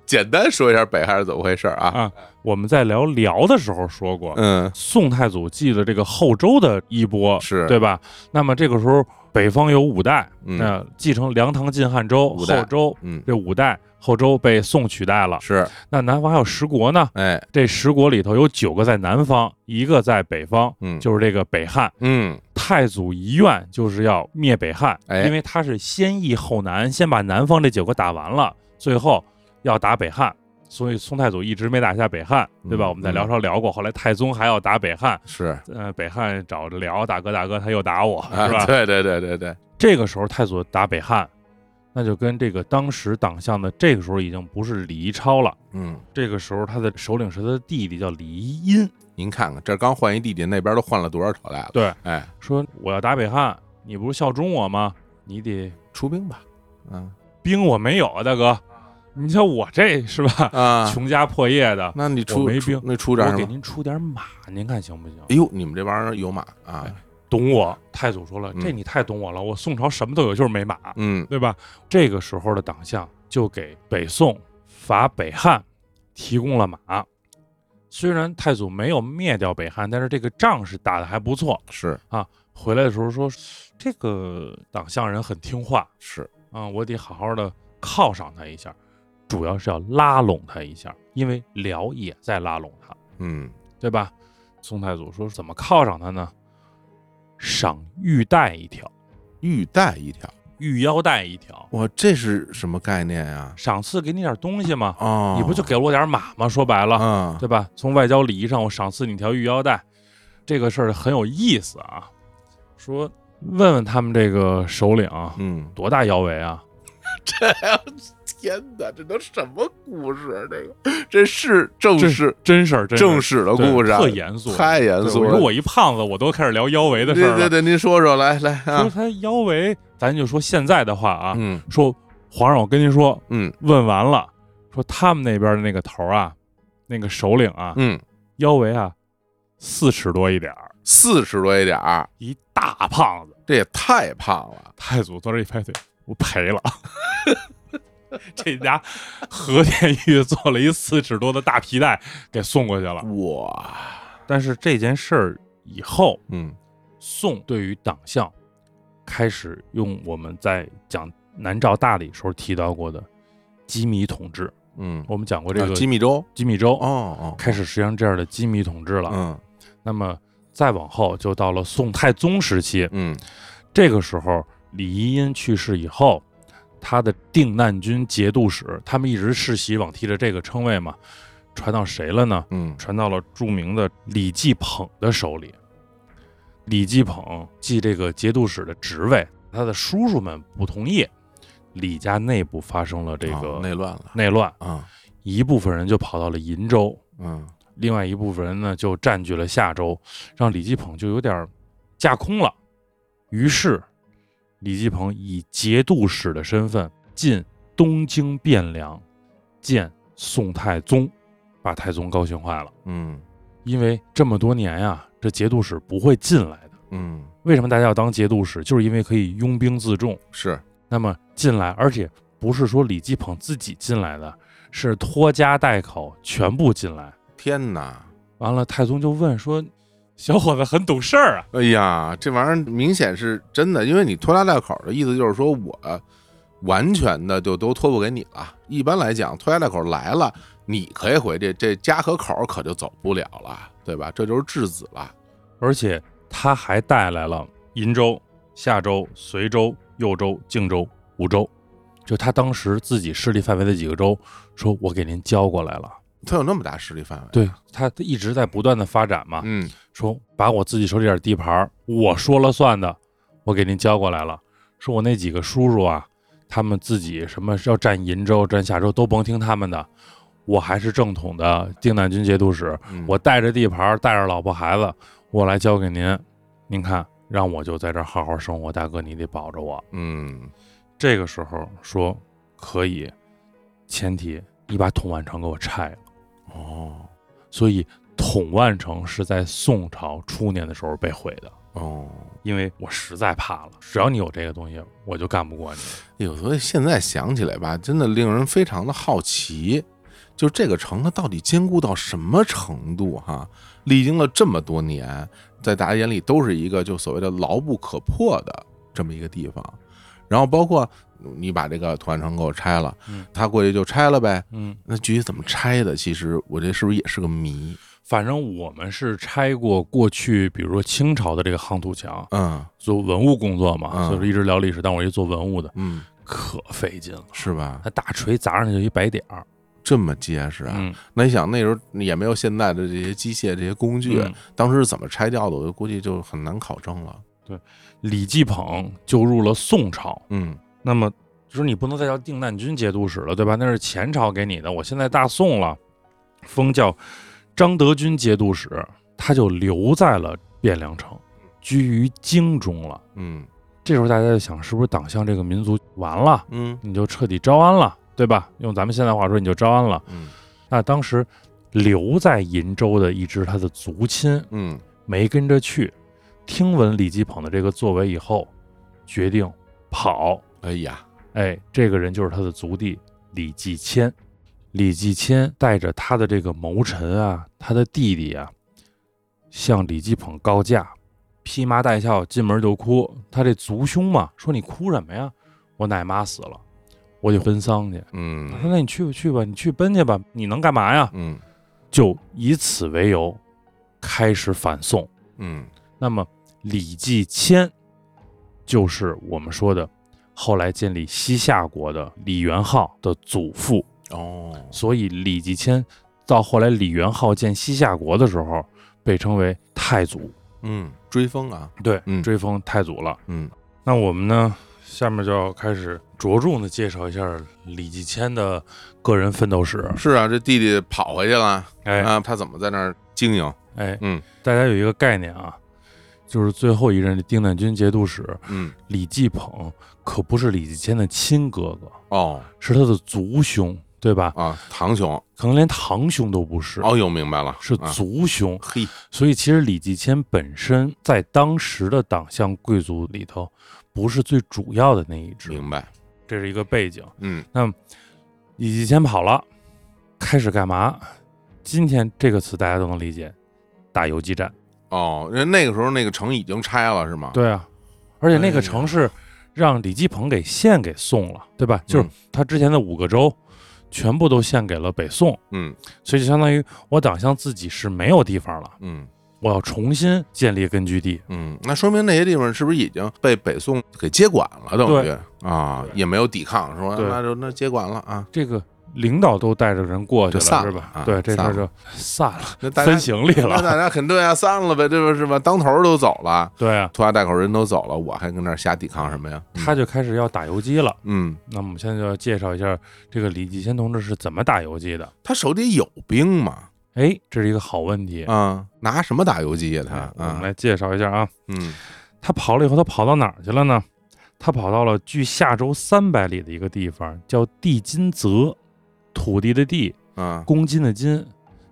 Speaker 1: 简单说一下北汉是怎么回事啊？
Speaker 2: 啊我们在聊辽的时候说过，
Speaker 1: 嗯，
Speaker 2: 宋太祖继了这个后周的衣钵，
Speaker 1: 是
Speaker 2: 对吧？那么这个时候，北方有五代，
Speaker 1: 嗯
Speaker 2: 那继承梁唐晋汉周
Speaker 1: 五
Speaker 2: 后
Speaker 1: 代
Speaker 2: 周，
Speaker 1: 嗯，
Speaker 2: 这五代后周被宋取代了。
Speaker 1: 是，
Speaker 2: 那南方还有十国呢，
Speaker 1: 哎，
Speaker 2: 这十国里头有九个在南方，一个在北方，
Speaker 1: 嗯，
Speaker 2: 就是这个北汉。
Speaker 1: 嗯
Speaker 2: 太祖遗愿就是要灭北汉，
Speaker 1: 哎
Speaker 2: 因为他是先易后难，先把南方这九个打完了，最后要打北汉。所以宋太祖一直没打下北汉，对吧？
Speaker 1: 嗯
Speaker 2: 我们在辽朝聊过，后来太宗还要打北汉，
Speaker 1: 是，
Speaker 2: 呃，北汉找着辽大哥大哥，他又打我，
Speaker 1: 啊
Speaker 2: 是吧？
Speaker 1: 对对对对对，
Speaker 2: 这个时候太祖打北汉，那就跟这个当时党项的这个时候已经不是李义超了，
Speaker 1: 嗯。
Speaker 2: 这个时候他的首领是他的弟弟叫李义殷，
Speaker 1: 您看看，这刚换一弟弟，那边都换了多少朝代了？
Speaker 2: 对，
Speaker 1: 哎，
Speaker 2: 说我要打北汉，你不是效忠我吗？你得
Speaker 1: 出兵吧，嗯
Speaker 2: 兵我没有啊，大哥，你瞧我这是吧？
Speaker 1: 啊，
Speaker 2: 穷家破业的，
Speaker 1: 那你出
Speaker 2: 我没
Speaker 1: 出
Speaker 2: 兵
Speaker 1: 那出点
Speaker 2: 我
Speaker 1: 什
Speaker 2: 给
Speaker 1: 么？
Speaker 2: 您出点马，您哎看行不行？
Speaker 1: 哎呦，你们这帮人有马啊？
Speaker 2: 懂我？太祖说了，
Speaker 1: 嗯
Speaker 2: 这你太懂我了，我宋朝什么都有，就是没马。
Speaker 1: 嗯
Speaker 2: 对吧？这个时候的党项就给北宋伐北汉提供了马。虽然太祖没有灭掉北汉，但是这个仗是打得还不错。
Speaker 1: 是
Speaker 2: 回来的时候说，这个党项人很听话，
Speaker 1: 是，
Speaker 2: 啊、我得好好的犒赏他一下，主要是要拉拢他一下，因为辽也在拉拢他，
Speaker 1: 嗯
Speaker 2: 对吧？宋太祖说怎么犒赏他呢？赏玉带一条，
Speaker 1: 玉带一条，
Speaker 2: 玉腰带一条，
Speaker 1: 哇，这是什么概念呀？
Speaker 2: 赏赐给你点东西嘛。
Speaker 1: 哦，
Speaker 2: 你不就给了我点马吗？说白了，
Speaker 1: 啊？
Speaker 2: 对吧？从外交礼仪上，我赏赐你条玉腰带，这个事儿很有意思啊。说问问他们这个首领啊
Speaker 1: 嗯，
Speaker 2: 多大腰围啊？
Speaker 1: 天哪，这都什么故事？啊这个这是正
Speaker 2: 这
Speaker 1: 式
Speaker 2: 真事儿，真事儿
Speaker 1: 正式的
Speaker 2: 对
Speaker 1: 故事啊，
Speaker 2: 特严肃，
Speaker 1: 太严
Speaker 2: 对
Speaker 1: 肃
Speaker 2: 我说
Speaker 1: 了。
Speaker 2: 我一胖子，我都开始聊腰围的
Speaker 1: 对
Speaker 2: 事儿
Speaker 1: 对
Speaker 2: 了。
Speaker 1: 对，您说说来来
Speaker 2: 说
Speaker 1: 啊，
Speaker 2: 他腰围，咱就说现在的话啊，
Speaker 1: 嗯
Speaker 2: 说皇上，我跟您说，
Speaker 1: 嗯
Speaker 2: 问完了，说他们那边的那个头儿啊，那个首领啊，
Speaker 1: 嗯，
Speaker 2: 腰围啊，四尺多一点儿，
Speaker 1: 四十多一点儿，
Speaker 2: 一大胖子。
Speaker 1: 这也太胖了。
Speaker 2: 太祖坐这一拍腿，我赔了。 这家和田玉做了一四尺多的大皮带给送过去
Speaker 1: 啊
Speaker 2: 了。
Speaker 1: 哇，
Speaker 2: 但是这件事儿以后，
Speaker 1: 嗯
Speaker 2: 宋对于党项开始用我们在讲南诏大理时候提到过的机米统治，
Speaker 1: 嗯，
Speaker 2: 我们讲过这
Speaker 1: 啊
Speaker 2: 个
Speaker 1: 吉米州，
Speaker 2: 吉米州
Speaker 1: 哦哦，
Speaker 2: 开始实行这样的机米统治了。
Speaker 1: 嗯
Speaker 2: 那么再往后就到了宋太宗时期，
Speaker 1: 嗯
Speaker 2: 这个时候李怡因去世以后，他的定难军节度使，他们一直世袭罔替着这个称谓嘛，传到谁了呢？
Speaker 1: 嗯
Speaker 2: 传到了著名的李继捧的手里。李继捧继这个节度使的职位，他的叔叔们不同意，李家内部发生了这
Speaker 1: 啊
Speaker 2: 个
Speaker 1: 内乱了
Speaker 2: 内乱，
Speaker 1: 啊，
Speaker 2: 一部分人就跑到了鄞州，
Speaker 1: 嗯
Speaker 2: 另外一部分人呢就占据了夏州，让李继捧就有点儿架空了。于是，李继捧以节度使的身份进东京汴梁，见宋太宗，把太宗高兴坏了。
Speaker 1: 嗯
Speaker 2: 因为这么多年呀、这节度使不会进来的。
Speaker 1: 嗯，
Speaker 2: 为什么大家要当节度使？就是因为可以拥兵自重。
Speaker 1: 是，
Speaker 2: 那么进来，而且不是说李继捧自己进来的，是拖家带口全部进来。
Speaker 1: 天哪！
Speaker 2: 完了，太宗就问说：“ 小伙子很懂事儿啊。
Speaker 1: 哎呀，这玩意儿明显是真的，因为你拖家带口的意思就是说我完全的就都托付给你了。一般来讲，拖家带口来了，你可以回去，这家和口可就走不了了，对吧？这就是质子了。”
Speaker 2: 而且他还带来了鄞州、夏州、随州、右州、靖州、吴州，就他当时自己势力范围的几个州，说我给您交过来了。
Speaker 1: 他有那么大势力范围？，
Speaker 2: 对他一直在不断的发展嘛，
Speaker 1: 嗯
Speaker 2: 说把我自己手里点地盘儿我说了算的，我给您交过来了。说我那几个叔叔啊，他们自己什么要占鄞州、占夏州都甭听他们的，我还是正统的定难军节度使，
Speaker 1: 嗯
Speaker 2: 我带着地盘儿，带着老婆孩子，我来交给您。您看，让我就在这儿好好生活，大哥，你得保着我。
Speaker 1: 嗯
Speaker 2: 这个时候说可以，前提你把统万城给我拆了。
Speaker 1: 哦
Speaker 2: 所以统万城是在宋朝初年的时候被毁的，
Speaker 1: 哦，
Speaker 2: 因为我实在怕了，只要你有这个东西，我就干不过你。
Speaker 1: 有哎所以现在想起来吧，真的令人非常的好奇，就这个城它到底坚固到什么程度哈、历经了这么多年，在大家眼里都是一个就所谓的牢不可破的这么一个地方。然后包括你把这个土安城给我拆了
Speaker 2: 嗯，
Speaker 1: 他过去就拆了呗。
Speaker 2: 嗯，
Speaker 1: 那具体怎么拆的，其实我这是不是也是个谜？
Speaker 2: 反正我们是拆过过去，比如说清朝的这个夯土墙，
Speaker 1: 嗯
Speaker 2: 做文物工作嘛，
Speaker 1: 嗯
Speaker 2: 所以说一直聊历史，但我一做文物的
Speaker 1: 嗯，
Speaker 2: 可费劲了，
Speaker 1: 是吧？
Speaker 2: 那大锤砸上去就一白点儿。
Speaker 1: 这么结实啊？
Speaker 2: 嗯，
Speaker 1: 那你想那时候也没有现在的这些机械、这些工具，
Speaker 2: 嗯
Speaker 1: 当时是怎么拆掉的，我就估计就很难考证了。
Speaker 2: 李继捧就入了宋朝，
Speaker 1: 嗯
Speaker 2: 那么就是你不能再叫定难军节度使了，对吧？那是前朝给你的，我现在大宋了，封叫张德军节度使，他就留在了汴梁城，居于京中了。
Speaker 1: 嗯
Speaker 2: 这时候大家就想，是不是党项这个民族完了，
Speaker 1: 嗯
Speaker 2: 你就彻底招安了，对吧？用咱们现在话说，你就招安了。
Speaker 1: 嗯
Speaker 2: 那当时留在鄞州的一支他的族亲
Speaker 1: 嗯
Speaker 2: 没跟着去，听闻李继捧的这个作为以后，决定跑，
Speaker 1: 哎呀，
Speaker 2: 哎，这个人就是他的族弟李继迁。李继迁带着他的这个谋臣啊，他的弟弟啊，向李继捧告假，披麻戴孝，进门就哭。他这族兄嘛，说你哭什么呀？我奶妈死了，我得奔丧去。他说
Speaker 1: 嗯
Speaker 2: 那你去吧，去吧，你去奔去吧，你能干嘛呀？
Speaker 1: 嗯
Speaker 2: 就以此为由，开始反宋。
Speaker 1: 嗯
Speaker 2: 那么李继迁就是我们说的后来建立西夏国的李元昊的祖父，
Speaker 1: 哦，
Speaker 2: 所以李继迁到后来李元昊建西夏国的时候，被称为太祖，
Speaker 1: 嗯，追风啊，
Speaker 2: 对，
Speaker 1: 嗯
Speaker 2: 追封太祖了。
Speaker 1: 嗯
Speaker 2: 那我们呢，下面就要开始着重的介绍一下李继迁的个人奋斗史。
Speaker 1: 是啊，这弟弟跑回去了
Speaker 2: 哎
Speaker 1: 啊，他怎么在那儿经营？
Speaker 2: 哎，
Speaker 1: 嗯
Speaker 2: 大家有一个概念啊，就是最后一任的定难军节度使
Speaker 1: 嗯
Speaker 2: 李继捧可不是李继迁的亲哥哥，
Speaker 1: 哦
Speaker 2: 是他的族兄，对吧？
Speaker 1: 啊，堂兄
Speaker 2: 可能连堂兄都不是，
Speaker 1: 哦，又明白了，
Speaker 2: 是
Speaker 1: 啊
Speaker 2: 族兄。
Speaker 1: 嘿，
Speaker 2: 所以其实李继迁本身在当时的党项贵族里头，不是最主要的那一支，
Speaker 1: 明白，
Speaker 2: 这是一个背景。
Speaker 1: 嗯
Speaker 2: 李继迁跑了，开始干嘛？今天这个词大家都能理解，打游击战。
Speaker 1: 哦，人那个时候那个城已经拆了是吗？，
Speaker 2: 对啊，而且那
Speaker 1: 哎呀
Speaker 2: 个城市让李继鹏给献给送了，对吧？就是
Speaker 1: 嗯
Speaker 2: 他之前的五个州，全部都献给了北宋，
Speaker 1: 嗯
Speaker 2: 所以就相当于我党项自己是没有地方了，
Speaker 1: 嗯
Speaker 2: 我要重新建立根据地。
Speaker 1: 嗯，那说明那些地方是不是已经被北宋给接管了？等于啊，
Speaker 2: 对
Speaker 1: 也没有抵抗，是吧？
Speaker 2: 对
Speaker 1: 那就那接管了啊，
Speaker 2: 这个领导都带着人过去
Speaker 1: 就散
Speaker 2: 了，是
Speaker 1: 了
Speaker 2: 吧？
Speaker 1: 啊
Speaker 2: 对，这事
Speaker 1: 散
Speaker 2: 儿
Speaker 1: 了
Speaker 2: 就散了，
Speaker 1: 那大家
Speaker 2: 分行李
Speaker 1: 那
Speaker 2: 了。
Speaker 1: 大家肯定要散了呗，对吧？是吧？当头儿都走了，
Speaker 2: 对啊，
Speaker 1: 拖家带口人都走了，我还跟那儿瞎抵抗什么呀？
Speaker 2: 他就开始要打游击了。
Speaker 1: 嗯，
Speaker 2: 那么我们现在就要介绍一下这个李济先同志是怎么打游击的。
Speaker 1: 他手底有兵嘛？
Speaker 2: 哎，这是一个好问题。
Speaker 1: 啊，拿什么打游击呀？他
Speaker 2: 哎我们
Speaker 1: 啊，
Speaker 2: 来介绍一下啊，
Speaker 1: 嗯
Speaker 2: 他跑了以后，他跑到哪儿去了呢？他跑到了距夏州三百里的一个地方，叫地金泽，土地的地，
Speaker 1: 啊，
Speaker 2: 公斤的斤，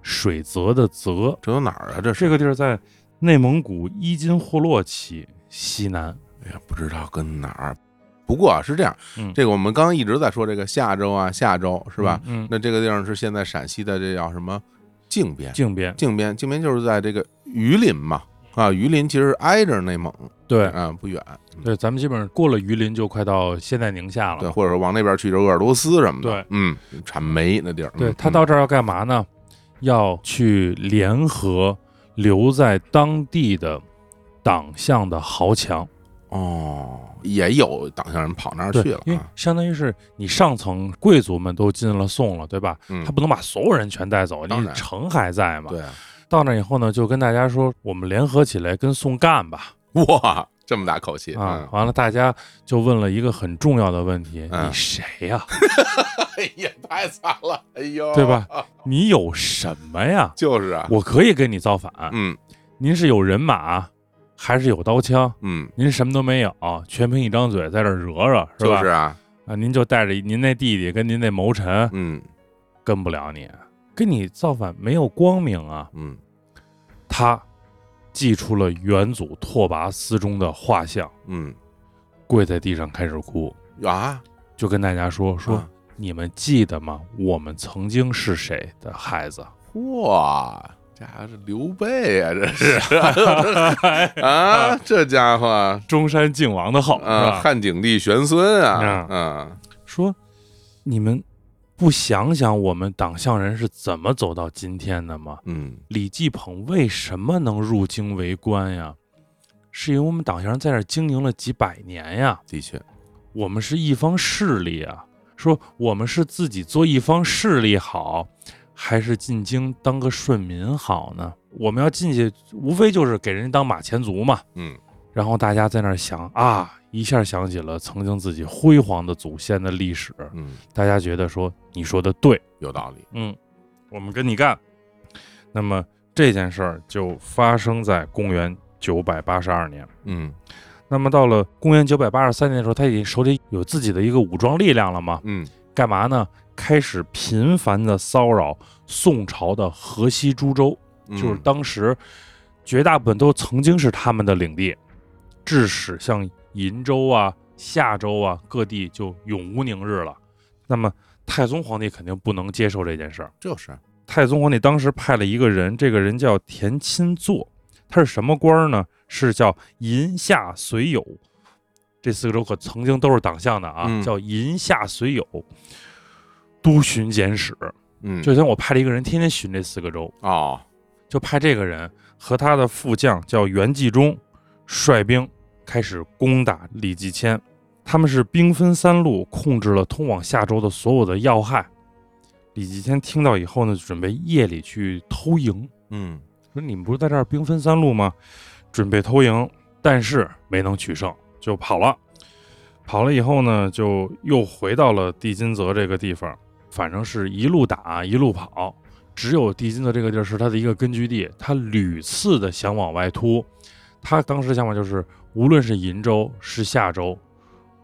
Speaker 2: 水泽的泽。
Speaker 1: 这都哪儿啊？这是
Speaker 2: 这个地儿在内蒙古伊金霍洛旗西南。
Speaker 1: 也不知道跟哪儿。不过啊是这样，
Speaker 2: 嗯
Speaker 1: 这个我们刚刚一直在说这个夏州啊，夏州是吧？
Speaker 2: 嗯？嗯，
Speaker 1: 那这个地方是现在陕西的这叫什么靖边？
Speaker 2: 靖边。
Speaker 1: 靖边，靖边就是在这个榆林嘛，啊，榆林其实挨着内蒙，
Speaker 2: 对
Speaker 1: 啊，不远，嗯
Speaker 2: 对，咱们基本上过了榆林就快到现在宁夏了。
Speaker 1: 对，或者说往那边去就是鄂尔多斯什么的，
Speaker 2: 对，
Speaker 1: 嗯，产煤那地儿，
Speaker 2: 对
Speaker 1: 嗯
Speaker 2: 他到这儿要干嘛呢？要去联合留在当地的党项的豪强。
Speaker 1: 哦，也有党项人跑那儿
Speaker 2: 对
Speaker 1: 去了，
Speaker 2: 因为
Speaker 1: 啊
Speaker 2: 相当于是你上层贵族们都进了宋了，对吧？
Speaker 1: 嗯
Speaker 2: 他，不能把所有人全带走，
Speaker 1: 当
Speaker 2: 你
Speaker 1: 然
Speaker 2: 城还在嘛。
Speaker 1: 对啊，
Speaker 2: 到那以后呢，就跟大家说，我们联合起来跟宋干吧。
Speaker 1: 哇，这么大口气
Speaker 2: 啊
Speaker 1: 嗯，
Speaker 2: 完了，大家就问了一个很重要的问题：
Speaker 1: 嗯
Speaker 2: 你谁呀？
Speaker 1: 哎呀，太惨了，哎呦，
Speaker 2: 对吧
Speaker 1: 啊？
Speaker 2: 你有什么呀？
Speaker 1: 就是啊，
Speaker 2: 我可以跟你造反。
Speaker 1: 嗯
Speaker 2: 您是有人马，还是有刀枪？
Speaker 1: 嗯，
Speaker 2: 您什么都没有，全凭一张嘴在这儿惹惹，是
Speaker 1: 就
Speaker 2: 吧？
Speaker 1: 是啊，
Speaker 2: 啊，您就带着您那弟弟跟您那谋臣
Speaker 1: 嗯
Speaker 2: 跟不了你，跟你造反没有光明啊！
Speaker 1: 嗯，
Speaker 2: 他祭出了元祖拓跋思中的画像，
Speaker 1: 嗯
Speaker 2: 跪在地上开始哭，
Speaker 1: 啊，
Speaker 2: 就跟大家说说。
Speaker 1: 啊
Speaker 2: 你们记得吗？我们曾经是谁的孩子？
Speaker 1: 哇，家伙这刘备啊，这 是啊，这家伙啊
Speaker 2: 中山靖王的后，是
Speaker 1: 啊，
Speaker 2: 吧？
Speaker 1: 汉景帝玄孙啊，
Speaker 2: 啊
Speaker 1: 嗯
Speaker 2: 说你们不想想我们党项人是怎么走到今天的吗？
Speaker 1: 嗯
Speaker 2: 李继捧为什么能入京为官呀？是因为我们党项人在这儿经营了几百年呀，
Speaker 1: 的确，
Speaker 2: 我们是一方势力啊。说我们是自己做一方势力好，还是进京当个顺民好呢？我们要进去，无非就是给人家当马前卒嘛。
Speaker 1: 嗯
Speaker 2: 然后大家在那儿想啊，一下想起了曾经自己辉煌的祖先的历史，
Speaker 1: 嗯，
Speaker 2: 大家觉得说你说的对，
Speaker 1: 有道理，
Speaker 2: 嗯，我们跟你干。那么这件事儿就发生在公元九百八十二年。
Speaker 1: 嗯
Speaker 2: 那么到了公元九百八十三年的时候，他已经手里有自己的一个武装力量了嘛？
Speaker 1: 嗯，
Speaker 2: 干嘛呢？开始频繁的骚扰宋朝的河西诸州，
Speaker 1: 嗯
Speaker 2: 就是当时绝大部分都曾经是他们的领地，致使像鄞州啊、夏州啊各地就永无宁日了。那么太宗皇帝肯定不能接受这件事儿。
Speaker 1: 就是啊
Speaker 2: 太宗皇帝当时派了一个人，这个人叫田钦祚，他是什么官儿呢？是叫银夏随友，这四个州可曾经都是党项的啊，
Speaker 1: 嗯
Speaker 2: 叫银夏随友都巡检使。
Speaker 1: 嗯，
Speaker 2: 就像我派了一个人天天巡这四个州，
Speaker 1: 哦，
Speaker 2: 就派这个人和他的副将叫袁继忠率兵开始攻打李继迁。他们是兵分三路，控制了通往夏州的所有的要害。李继迁听到以后呢，准备夜里去偷营，
Speaker 1: 嗯
Speaker 2: 说：“你们不是在这儿兵分三路吗？准备偷营。”但是没能取胜，就跑了。跑了以后呢，就又回到了地金泽这个地方，反正是一路打一路跑。只有地金泽这个地儿是他的一个根据地，他屡次的想往外突。他当时想法就是，无论是鄞州是夏州，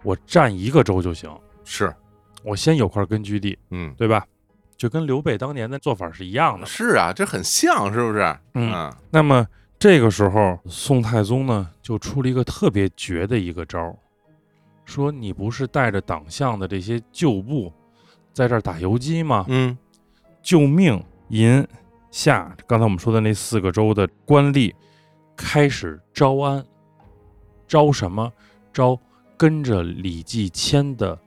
Speaker 2: 我占一个州就行，
Speaker 1: 是，
Speaker 2: 我先有块根据地，
Speaker 1: 嗯
Speaker 2: 对吧？就跟刘备当年的做法是一样的。
Speaker 1: 是啊，这很像，是不是？
Speaker 2: 嗯
Speaker 1: 啊
Speaker 2: 那么这个时候，宋太宗呢就出了一个特别绝的一个招儿，说你不是带着党项的这些旧部在这儿打游击吗？
Speaker 1: 嗯
Speaker 2: 救命！银夏，刚才我们说的那四个州的官吏开始招安，招什么？招跟着李继迁的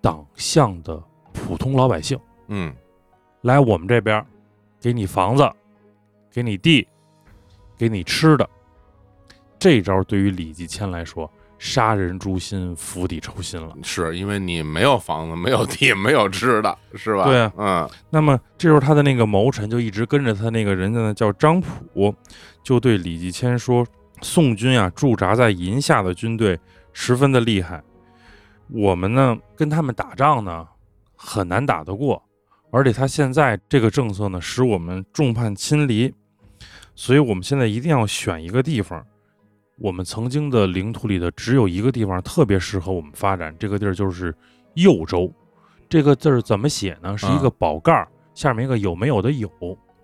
Speaker 2: 党项的普通老百姓。
Speaker 1: 嗯
Speaker 2: 来我们这边儿，给你房子，给你地，给你吃的。这招对于李继迁来说，杀人诛心，釜底抽薪了。
Speaker 1: 是因为你没有房子，没有地， 没有吃的，是吧？
Speaker 2: 对啊
Speaker 1: 嗯
Speaker 2: 那么这时候他的那个谋臣就一直跟着他那个人家呢，叫张普，就对李继迁说：“宋军啊，驻扎在银夏的军队十分的厉害，我们呢跟他们打仗呢很难打得过，而且他现在这个政策呢，使我们众叛亲离，所以我们现在一定要选一个地方。”我们曾经的领土里的只有一个地方特别适合我们发展，这个地儿就是右州。这个字儿怎么写呢？是一个宝盖儿，下面一个有没有的有。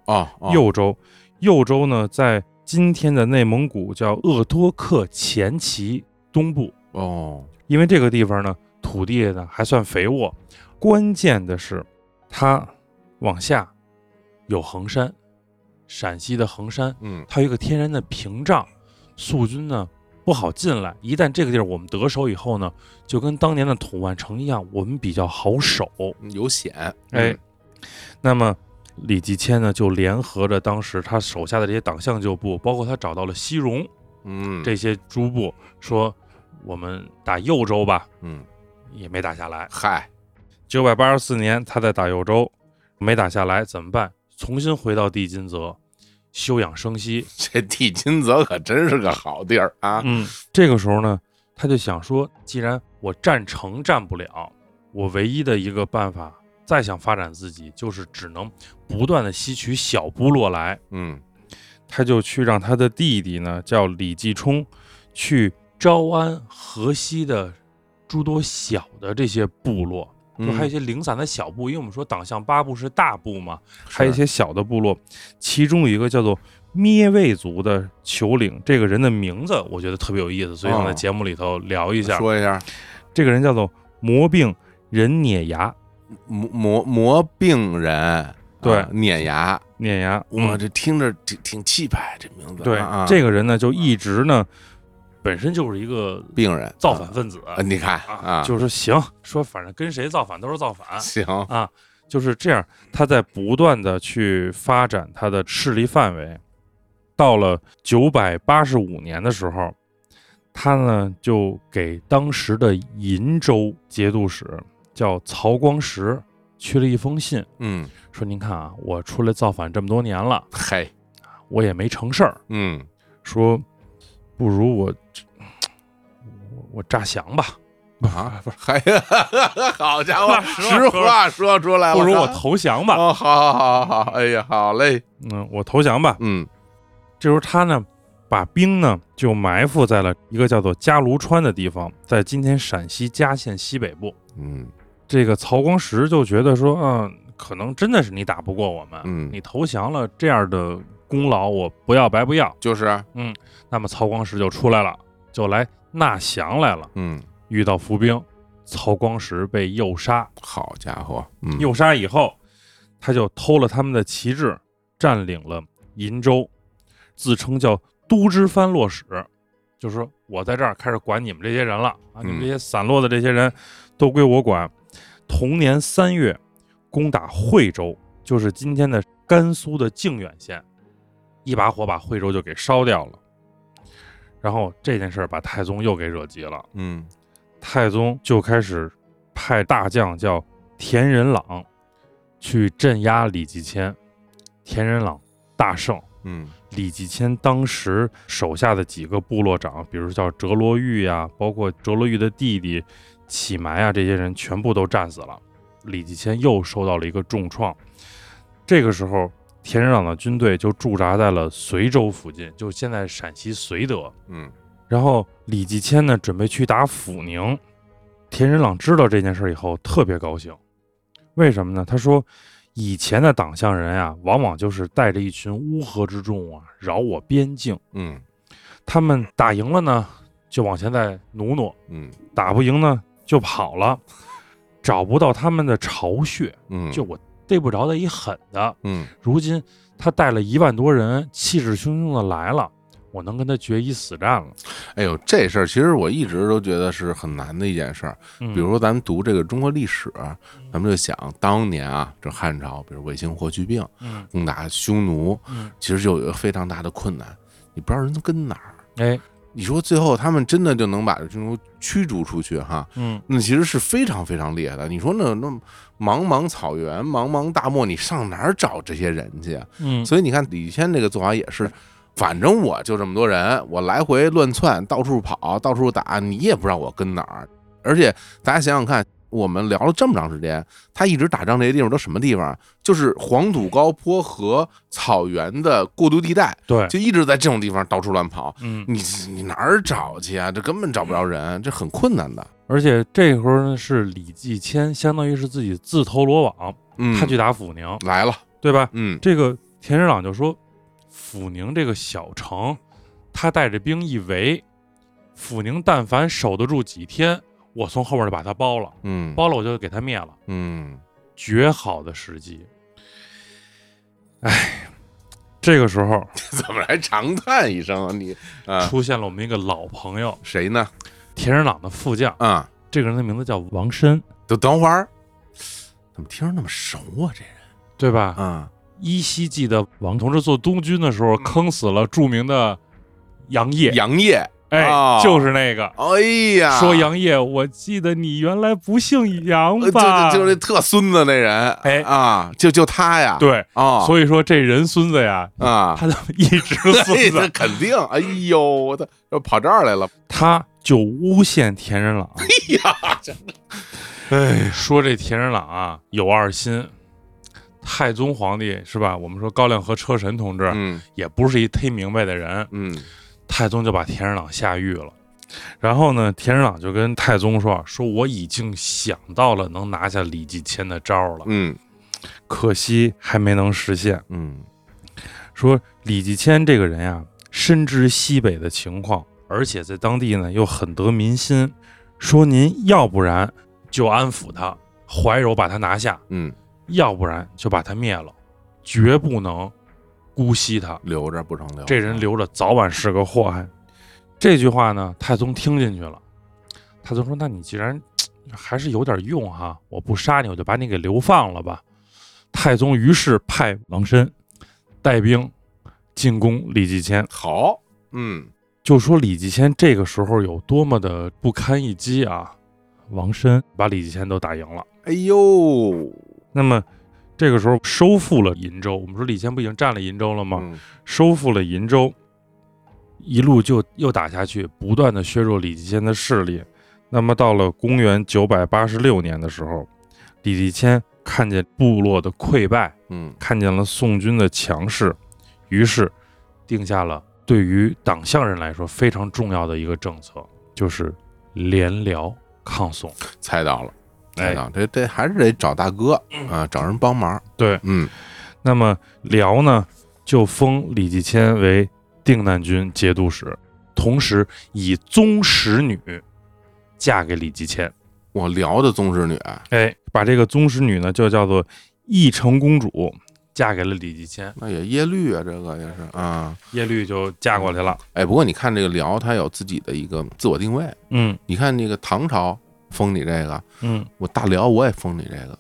Speaker 1: 哦哦
Speaker 2: 右州，右州呢，在今天的内蒙古叫鄂托克前旗东部，
Speaker 1: 哦
Speaker 2: 因为这个地方呢，土地呢还算肥沃。关键的是，它往下有衡山，陕西的衡山，
Speaker 1: 嗯
Speaker 2: 它有一个天然的屏障，宋军呢不好进来。一旦这个地儿我们得手以后呢，就跟当年的统万城一样，我们比较好守。
Speaker 1: 有险
Speaker 2: 哎
Speaker 1: 嗯
Speaker 2: 那么李继迁呢，就联合着当时他手下的这些党项旧部，包括他找到了西戎
Speaker 1: 嗯
Speaker 2: 这些诸部，说我们打右州吧，
Speaker 1: 嗯
Speaker 2: 也没打下来。
Speaker 1: 嗨
Speaker 2: 九百八十四年，他在打右州，没打下来，怎么办？重新回到地金泽休养生息。
Speaker 1: 这地金泽可真是个好地儿啊
Speaker 2: 嗯，这个时候呢，他就想说，既然我占城占不了，我唯一的一个办法，再想发展自己，就是只能不断的吸取小部落来。
Speaker 1: 嗯
Speaker 2: 他就去让他的弟弟呢，叫李继冲，去招安河西的诸多小的这些部落，
Speaker 1: 嗯
Speaker 2: 就还有一些零散的小部，因为我们说党项八部是大部嘛，还有一些小的部落，其中有一个叫做咩卫族的酋领，这个人的名字我觉得特别有意思，所以想在
Speaker 1: 哦
Speaker 2: 节目里头聊一
Speaker 1: 一
Speaker 2: 下。
Speaker 1: 说一下
Speaker 2: 这个人叫做魔病人碾牙，
Speaker 1: 磨磨磨病人
Speaker 2: 对
Speaker 1: 啊碾牙
Speaker 2: 碾牙，嗯
Speaker 1: 哇这听着挺挺气派这名字
Speaker 2: 对
Speaker 1: 啊，
Speaker 2: 这个人呢就一直呢，本身就是一个
Speaker 1: 病人
Speaker 2: 造反分子。
Speaker 1: 啊你看
Speaker 2: 啊，
Speaker 1: 啊
Speaker 2: 就是行，说反正跟谁造反都是 造反，
Speaker 1: 行
Speaker 2: 就是这样。他在不断的去发展他的势力范围，到了九百八十五年的时候，他呢就给当时的银州节度使叫曹光实去了一封信，
Speaker 1: 嗯
Speaker 2: 说您看啊，我出来造反这么多年了，
Speaker 1: 嘿
Speaker 2: 我也没成事儿，
Speaker 1: 嗯
Speaker 2: 说不如我我我诈降吧，
Speaker 1: 啊不是嘿好家伙
Speaker 2: 把实话
Speaker 1: 实
Speaker 2: 说
Speaker 1: 话说出来
Speaker 2: 不如我
Speaker 1: 看
Speaker 2: 投降吧，
Speaker 1: 哎哦，好好好好，哎呀，好嘞，
Speaker 2: 嗯，我投降吧。
Speaker 1: 嗯
Speaker 2: 这时候他呢，把兵呢就埋伏在了一个叫做嘉卢川的地方，在今天陕西嘉县西北部。
Speaker 1: 嗯
Speaker 2: 这个曹光实就觉得说，嗯、可能真的是你打不过我们，
Speaker 1: 嗯
Speaker 2: 你投降了，这样的功劳我不要白不要。
Speaker 1: 就是
Speaker 2: 那么曹光实就出来了，就来纳降来了，
Speaker 1: 嗯，
Speaker 2: 遇到伏兵，曹光实被诱杀。
Speaker 1: 好家伙，嗯
Speaker 2: 诱杀以后，他就偷了他们的旗帜，占领了银州，自称叫都知藩落使，就是说我在这儿开始管你们这些人了啊，你
Speaker 1: 嗯
Speaker 2: 们这些散落的这些人都归我管。同年三月，攻打惠州，就是今天的甘肃的靖远县，一把火把惠州就给烧掉了。然后这件事儿把太宗又给惹急了，
Speaker 1: 嗯
Speaker 2: 太宗就开始派大将叫田仁朗去镇压李继迁。田仁朗大胜，
Speaker 1: 嗯
Speaker 2: 李继迁当时手下的几个部落长，比如叫哲罗玉呀、包括哲罗玉的弟弟启埋啊，这些人全部都战死了。李继迁又受到了一个重创。这个时候，田仁朗的军队就驻扎在了随州附近，就现在陕西绥德。
Speaker 1: 嗯
Speaker 2: 然后李继迁呢，准备去打抚宁。田仁朗知道这件事以后，特别高兴。为什么呢？他说，以前的党项人啊，往往就是带着一群乌合之众啊，扰我边境。
Speaker 1: 嗯
Speaker 2: 他们打赢了呢，就往前再努努；
Speaker 1: 嗯
Speaker 2: 打不赢呢，就跑了，找不到他们的巢穴，
Speaker 1: 嗯，
Speaker 2: 就我逮不着的一狠的。
Speaker 1: 嗯
Speaker 2: 如今他带了一万多人，气势汹汹的来了，我能跟他决一死战了。
Speaker 1: 哎呦，这事儿其实我一直都觉得是很难的一件事儿。
Speaker 2: 嗯、
Speaker 1: 比如说，咱们读这个中国历史，咱们就想当年啊，这汉朝，比如卫青、霍去病
Speaker 2: 嗯，
Speaker 1: 攻打匈奴，
Speaker 2: 嗯
Speaker 1: 其实就有一个非常大的困难，你不知道人跟哪儿。
Speaker 2: 哎，
Speaker 1: 你说最后他们真的就能把这匈奴驱逐出去哈？
Speaker 2: 嗯，
Speaker 1: 那其实是非常非常厉害的。你说那那茫茫草原、茫茫大漠，你上哪儿找这些人去啊？
Speaker 2: 嗯，
Speaker 1: 所以你看李谦这个做法也是，反正我就这么多人，我来回乱窜，到处跑，到处打，你也不知道我跟哪儿。而且大家想想看，我们聊了这么长时间，他一直打仗这些地方都什么地方？就是黄土高坡和草原的过渡地带，
Speaker 2: 对，
Speaker 1: 就一直在这种地方到处乱跑。
Speaker 2: 嗯，
Speaker 1: 你你哪儿找去啊？这根本找不着人，这很困难的。
Speaker 2: 而且这时候呢是李继迁，相当于是自己自投罗网，
Speaker 1: 嗯，
Speaker 2: 他去打阜宁，
Speaker 1: 来了，
Speaker 2: 对吧？
Speaker 1: 嗯
Speaker 2: 这个田师长就说，阜宁这个小城，他带着兵一围，阜宁但凡守得住几天，我从后面就把他包了，
Speaker 1: 嗯
Speaker 2: 包了我就给他灭了，
Speaker 1: 嗯
Speaker 2: 绝好的时机。哎，这个时候
Speaker 1: 怎么还长叹一声啊？你啊，
Speaker 2: 出现了我们一个老朋友，
Speaker 1: 谁呢？
Speaker 2: 田师长的副将，
Speaker 1: 啊、
Speaker 2: 这个人的名字叫王申，
Speaker 1: 等等会儿，怎么听着那么熟啊？这人
Speaker 2: 对吧？
Speaker 1: 啊，
Speaker 2: 依稀记得王同志做督军的时候，坑死了著名的杨业，
Speaker 1: 嗯杨业，
Speaker 2: 哎，
Speaker 1: 哦
Speaker 2: 就是那个。
Speaker 1: 哎呀，
Speaker 2: 说杨业，我记得你原来不姓杨
Speaker 1: 呃，就
Speaker 2: 吧？
Speaker 1: 就就这特孙子那人，
Speaker 2: 哎
Speaker 1: 啊，就就他呀，
Speaker 2: 对，
Speaker 1: 啊，
Speaker 2: 所以说这人孙子呀，
Speaker 1: 啊，
Speaker 2: 他就一直
Speaker 1: 对
Speaker 2: 孙
Speaker 1: 那
Speaker 2: 子，
Speaker 1: 肯定，哎呦，我的，要跑这儿来了，
Speaker 2: 他就诬陷田仁朗，
Speaker 1: 哎，
Speaker 2: 说这田仁朗啊有二心。太宗皇帝是吧？我们说高亮和车臣同志
Speaker 1: 嗯
Speaker 2: 也不是一忒明白的人，
Speaker 1: 嗯
Speaker 2: 太宗就把田仁朗下狱了。然后呢，田仁朗就跟太宗说：“说我已经想到了能拿下李继迁的招了，
Speaker 1: 嗯
Speaker 2: 可惜还没能实现。
Speaker 1: 嗯
Speaker 2: 说李继迁这个人呀、深知西北的情况，而且在当地呢又很得民心。说您要不然就安抚他，怀柔把他拿下；
Speaker 1: 嗯，
Speaker 2: 要不然就把他灭了，绝不能姑息他。
Speaker 1: 留着不成留，
Speaker 2: 这人，留着早晚是个祸害。这句话呢，太宗听进去了。太宗说：“那你既然还是有点用哈，我不杀你，我就把你给流放了吧。”太宗于是派王申带兵进攻李继迁，
Speaker 1: 好，嗯
Speaker 2: 就说李继迁这个时候有多么的不堪一击啊！王申把李继迁都打赢了。
Speaker 1: 哎呦，
Speaker 2: 那么这个时候收复了银州，我们说李谦不已经占了银州了吗？
Speaker 1: 嗯
Speaker 2: 收复了银州，一路就又打下去，不断的削弱李继迁的势力。那么到了公元九百八十六年的时候，李继迁看见部落的溃败，
Speaker 1: 嗯
Speaker 2: 看见了宋军的强势，于是定下了对于党项人来说非常重要的一个政策，就是联辽抗宋。
Speaker 1: 猜到了，猜
Speaker 2: 哎，
Speaker 1: 到了，这这还是得找大哥啊，找人帮忙，
Speaker 2: 对，
Speaker 1: 嗯
Speaker 2: 那么辽呢，就封李继迁为定难军节度使，同时以宗室女嫁给李继迁。
Speaker 1: 我辽的宗室女，
Speaker 2: 哎，把这个宗室女呢，就叫做义成公主，嫁给了李继迁。
Speaker 1: 那也耶律啊，这个也是啊。
Speaker 2: 耶律就嫁过去了。
Speaker 1: 哎，不过你看这个辽，它有自己的一个自我定位。
Speaker 2: 嗯
Speaker 1: 你看那个唐朝封你这个，
Speaker 2: 嗯，
Speaker 1: 我大辽我也封你这个，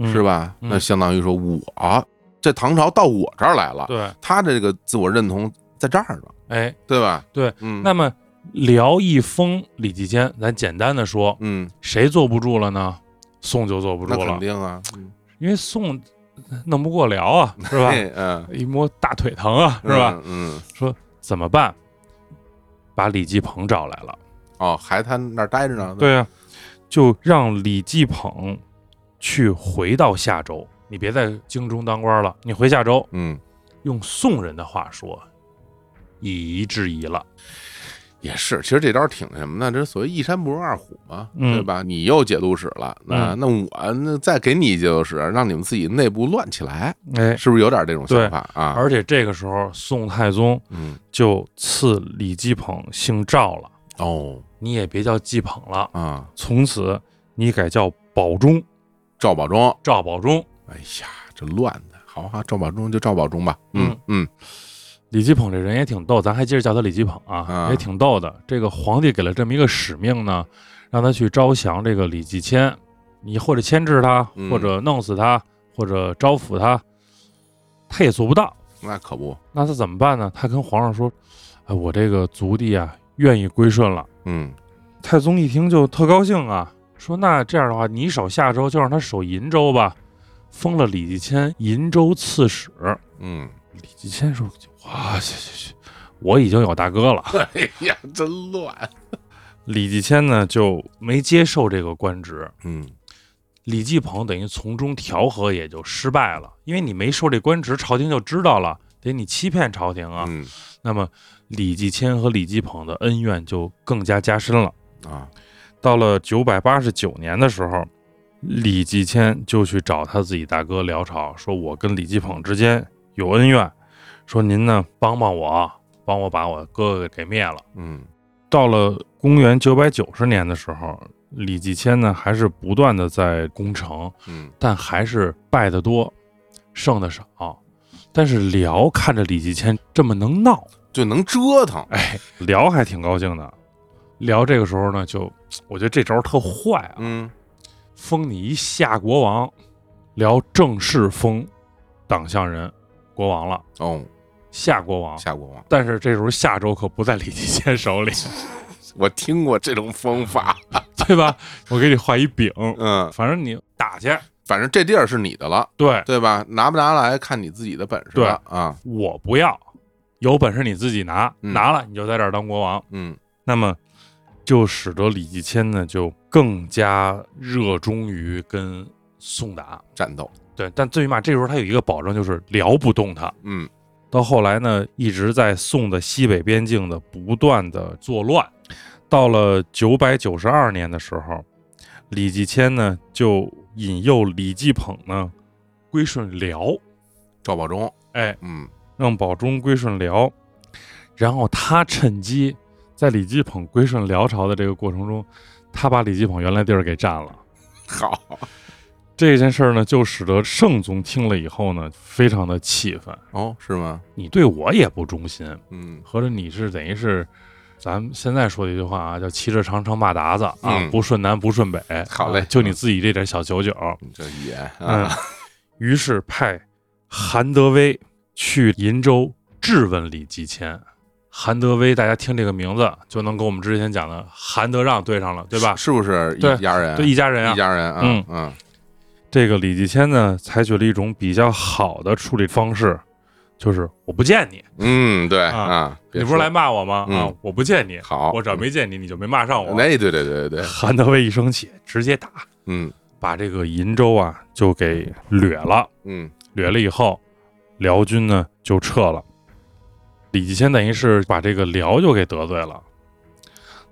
Speaker 2: 嗯
Speaker 1: 是？吧？
Speaker 2: 嗯
Speaker 1: 那相当于说我这唐朝到我这儿来了，
Speaker 2: 对，
Speaker 1: 他这个自我认同在这儿呢，
Speaker 2: 哎，
Speaker 1: 对吧？
Speaker 2: 对，
Speaker 1: 嗯，
Speaker 2: 那么辽一封李继迁，咱简单的说，
Speaker 1: 嗯，
Speaker 2: 谁坐不住了呢？宋就坐不
Speaker 1: 那
Speaker 2: 住
Speaker 1: 肯
Speaker 2: 了，
Speaker 1: 定啊，嗯
Speaker 2: 因为宋弄不过辽啊，是吧？
Speaker 1: 嘿嗯，
Speaker 2: 一摸大腿疼啊，是吧？
Speaker 1: 嗯？嗯，
Speaker 2: 怎么办？把李继鹏找来了。
Speaker 1: 哦，还他那儿待着呢，，
Speaker 2: 对啊，就让李继鹏去回到夏州，你别在京中当官了，你回夏州。
Speaker 1: 嗯，
Speaker 2: 用宋人的话说，以夷制夷了。
Speaker 1: 也是。其实这招挺那什么的，这所谓一山不容二虎嘛，
Speaker 2: 嗯
Speaker 1: 对吧？你又节度使了，那、那我那再给你一节度使，让你们自己内部乱起来，
Speaker 2: 哎，
Speaker 1: 是不是有点这种想法啊？
Speaker 2: 而且这个时候宋太宗
Speaker 1: 嗯，
Speaker 2: 就赐李继鹏姓赵了，
Speaker 1: 哦
Speaker 2: 你也别叫继鹏了，
Speaker 1: 啊，
Speaker 2: 从此你改叫保忠，
Speaker 1: 赵保忠，
Speaker 2: 赵保忠。
Speaker 1: 啊哎呀，这乱的，好哈，赵保忠就赵保忠吧，嗯嗯
Speaker 2: 李继捧这人也挺逗，咱还接着叫他李继捧啊，
Speaker 1: 啊
Speaker 2: 也挺逗的。这个皇帝给了这么一个使命呢，让他去招降这个李继迁，你或者牵制他，
Speaker 1: 嗯
Speaker 2: 或者弄死他，或者招抚他，他也做不到。
Speaker 1: 那可不，
Speaker 2: 那他怎么办呢？他跟皇上说：“哎，我这个族弟啊，愿意归顺了。
Speaker 1: 嗯”
Speaker 2: 太宗一听就特高兴啊，说：“那这样的话，你守夏州，就让他守银州吧，封了李继迁银州刺史。”
Speaker 1: 嗯，
Speaker 2: 李继迁说：“哇，去去去，我已经有大哥了。
Speaker 1: 哎呀，真乱，”
Speaker 2: 李继迁呢就没接受这个官职，
Speaker 1: 嗯
Speaker 2: 李继鹏等于从中调和也就失败了，因为你没收这官职，朝廷就知道了，得你欺骗朝廷啊。
Speaker 1: 嗯
Speaker 2: 那么李继迁和李继鹏的恩怨就更加加深了。
Speaker 1: 啊，
Speaker 2: 到了九百八十九年的时候，李继迁就去找他自己大哥辽朝，说：“我跟李继捧之间有恩怨，说您呢帮帮我，啊帮我把我哥哥给灭了。
Speaker 1: 嗯”
Speaker 2: 到了公元九百九十年的时候，李继迁呢还是不断的在攻城，
Speaker 1: 嗯
Speaker 2: 但还是败得多，胜的少。但是辽看着李继迁这么能闹，
Speaker 1: 就能折腾，
Speaker 2: 哎，辽还挺高兴的。辽这个时候呢，就我觉得这招特坏啊，
Speaker 1: 嗯
Speaker 2: 封你一夏国王，辽正式封党项人国王了，
Speaker 1: 哦，
Speaker 2: 夏国王。
Speaker 1: 夏国王，
Speaker 2: 但是这时候夏州可不在李继迁手里，
Speaker 1: 我听过这种方
Speaker 2: 啊
Speaker 1: 法，
Speaker 2: 对吧？我给你画一饼，
Speaker 1: 嗯，
Speaker 2: 反正你打去。
Speaker 1: 反正这地儿是你的了，
Speaker 2: 对
Speaker 1: 对吧？拿不拿来看你自己的本事了啊，
Speaker 2: 我不要，有本事你自己拿，
Speaker 1: 嗯
Speaker 2: 拿了你就在这儿当国王。
Speaker 1: 嗯
Speaker 2: 那么，就使得李继迁呢就更加热衷于跟宋打。
Speaker 1: 战斗，
Speaker 2: 对，但最起码这时候他有一个保证，就是辽不动他。
Speaker 1: 嗯
Speaker 2: 到后来呢，一直在宋的西北边境的不断的作乱。到了九百九十二年的时候，李继迁呢就引诱李继捧呢归顺辽，
Speaker 1: 赵保忠，
Speaker 2: 哎，
Speaker 1: 嗯
Speaker 2: 让保忠归顺辽，然后他趁机在李继捧归顺辽朝的这个过程中，他把李继捧原来地儿给占了。
Speaker 1: 好，
Speaker 2: 这件事儿呢，就使得圣宗听了以后呢，非常的气愤，
Speaker 1: 哦，是吗？
Speaker 2: 你对我也不忠心，
Speaker 1: 嗯
Speaker 2: 合着你是等于是，咱们现在说的一句话啊，叫骑着长城骂达子啊，
Speaker 1: 嗯
Speaker 2: 不顺南不顺北。
Speaker 1: 好嘞啊
Speaker 2: 啊就你自己这点小九九。
Speaker 1: 你这也
Speaker 2: 嗯
Speaker 1: 啊，，
Speaker 2: 于是派韩德威去银州质问李继迁。韩德威，大家听这个名字就能跟我们之前讲的韩德让对上了，对吧？
Speaker 1: 是不是
Speaker 2: 对
Speaker 1: 一家人？
Speaker 2: 就一家人啊
Speaker 1: 一。家人啊，
Speaker 2: 嗯
Speaker 1: 嗯
Speaker 2: 这个李继迁呢，采取了一种比较好的处理方式，就是我不见你，
Speaker 1: 嗯，对
Speaker 2: 啊
Speaker 1: 啊，别
Speaker 2: 你不
Speaker 1: 说
Speaker 2: 是来骂我吗？啊
Speaker 1: 嗯，
Speaker 2: 我不见你，
Speaker 1: 好，嗯
Speaker 2: 我只要没见你，你就没骂上我。
Speaker 1: 哎，对对对对对，
Speaker 2: 韩德威一生气，直接打，
Speaker 1: 嗯
Speaker 2: 把这个银州啊就给掠了。
Speaker 1: 嗯
Speaker 2: 掠了以后，辽军呢就撤了。李继迁等于是把这个辽就给得罪了，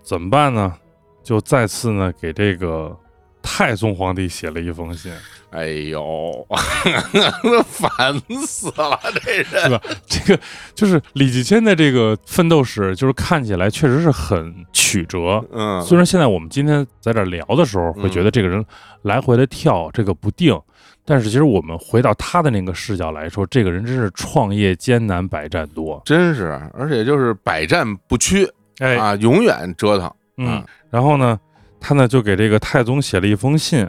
Speaker 2: 怎么办呢？就再次呢给这个太宗皇帝写了一封信，
Speaker 1: 哎呦， 那烦死了，这人
Speaker 2: 对吧？这个就是李继迁的这个奋斗史，就是看起来确实是很曲折。
Speaker 1: 嗯，
Speaker 2: 虽然现在我们今天在这儿聊的时候，会
Speaker 1: 嗯
Speaker 2: 觉得这个人来回的跳，这个不定，但是其实我们回到他的那个视角来说，这个人真是创业艰难，百战多。
Speaker 1: 真是，而且就是百战不屈
Speaker 2: 哎，
Speaker 1: 啊，永远折腾，
Speaker 2: 嗯
Speaker 1: 啊，
Speaker 2: 然后呢，他呢就给这个太宗写了一封信，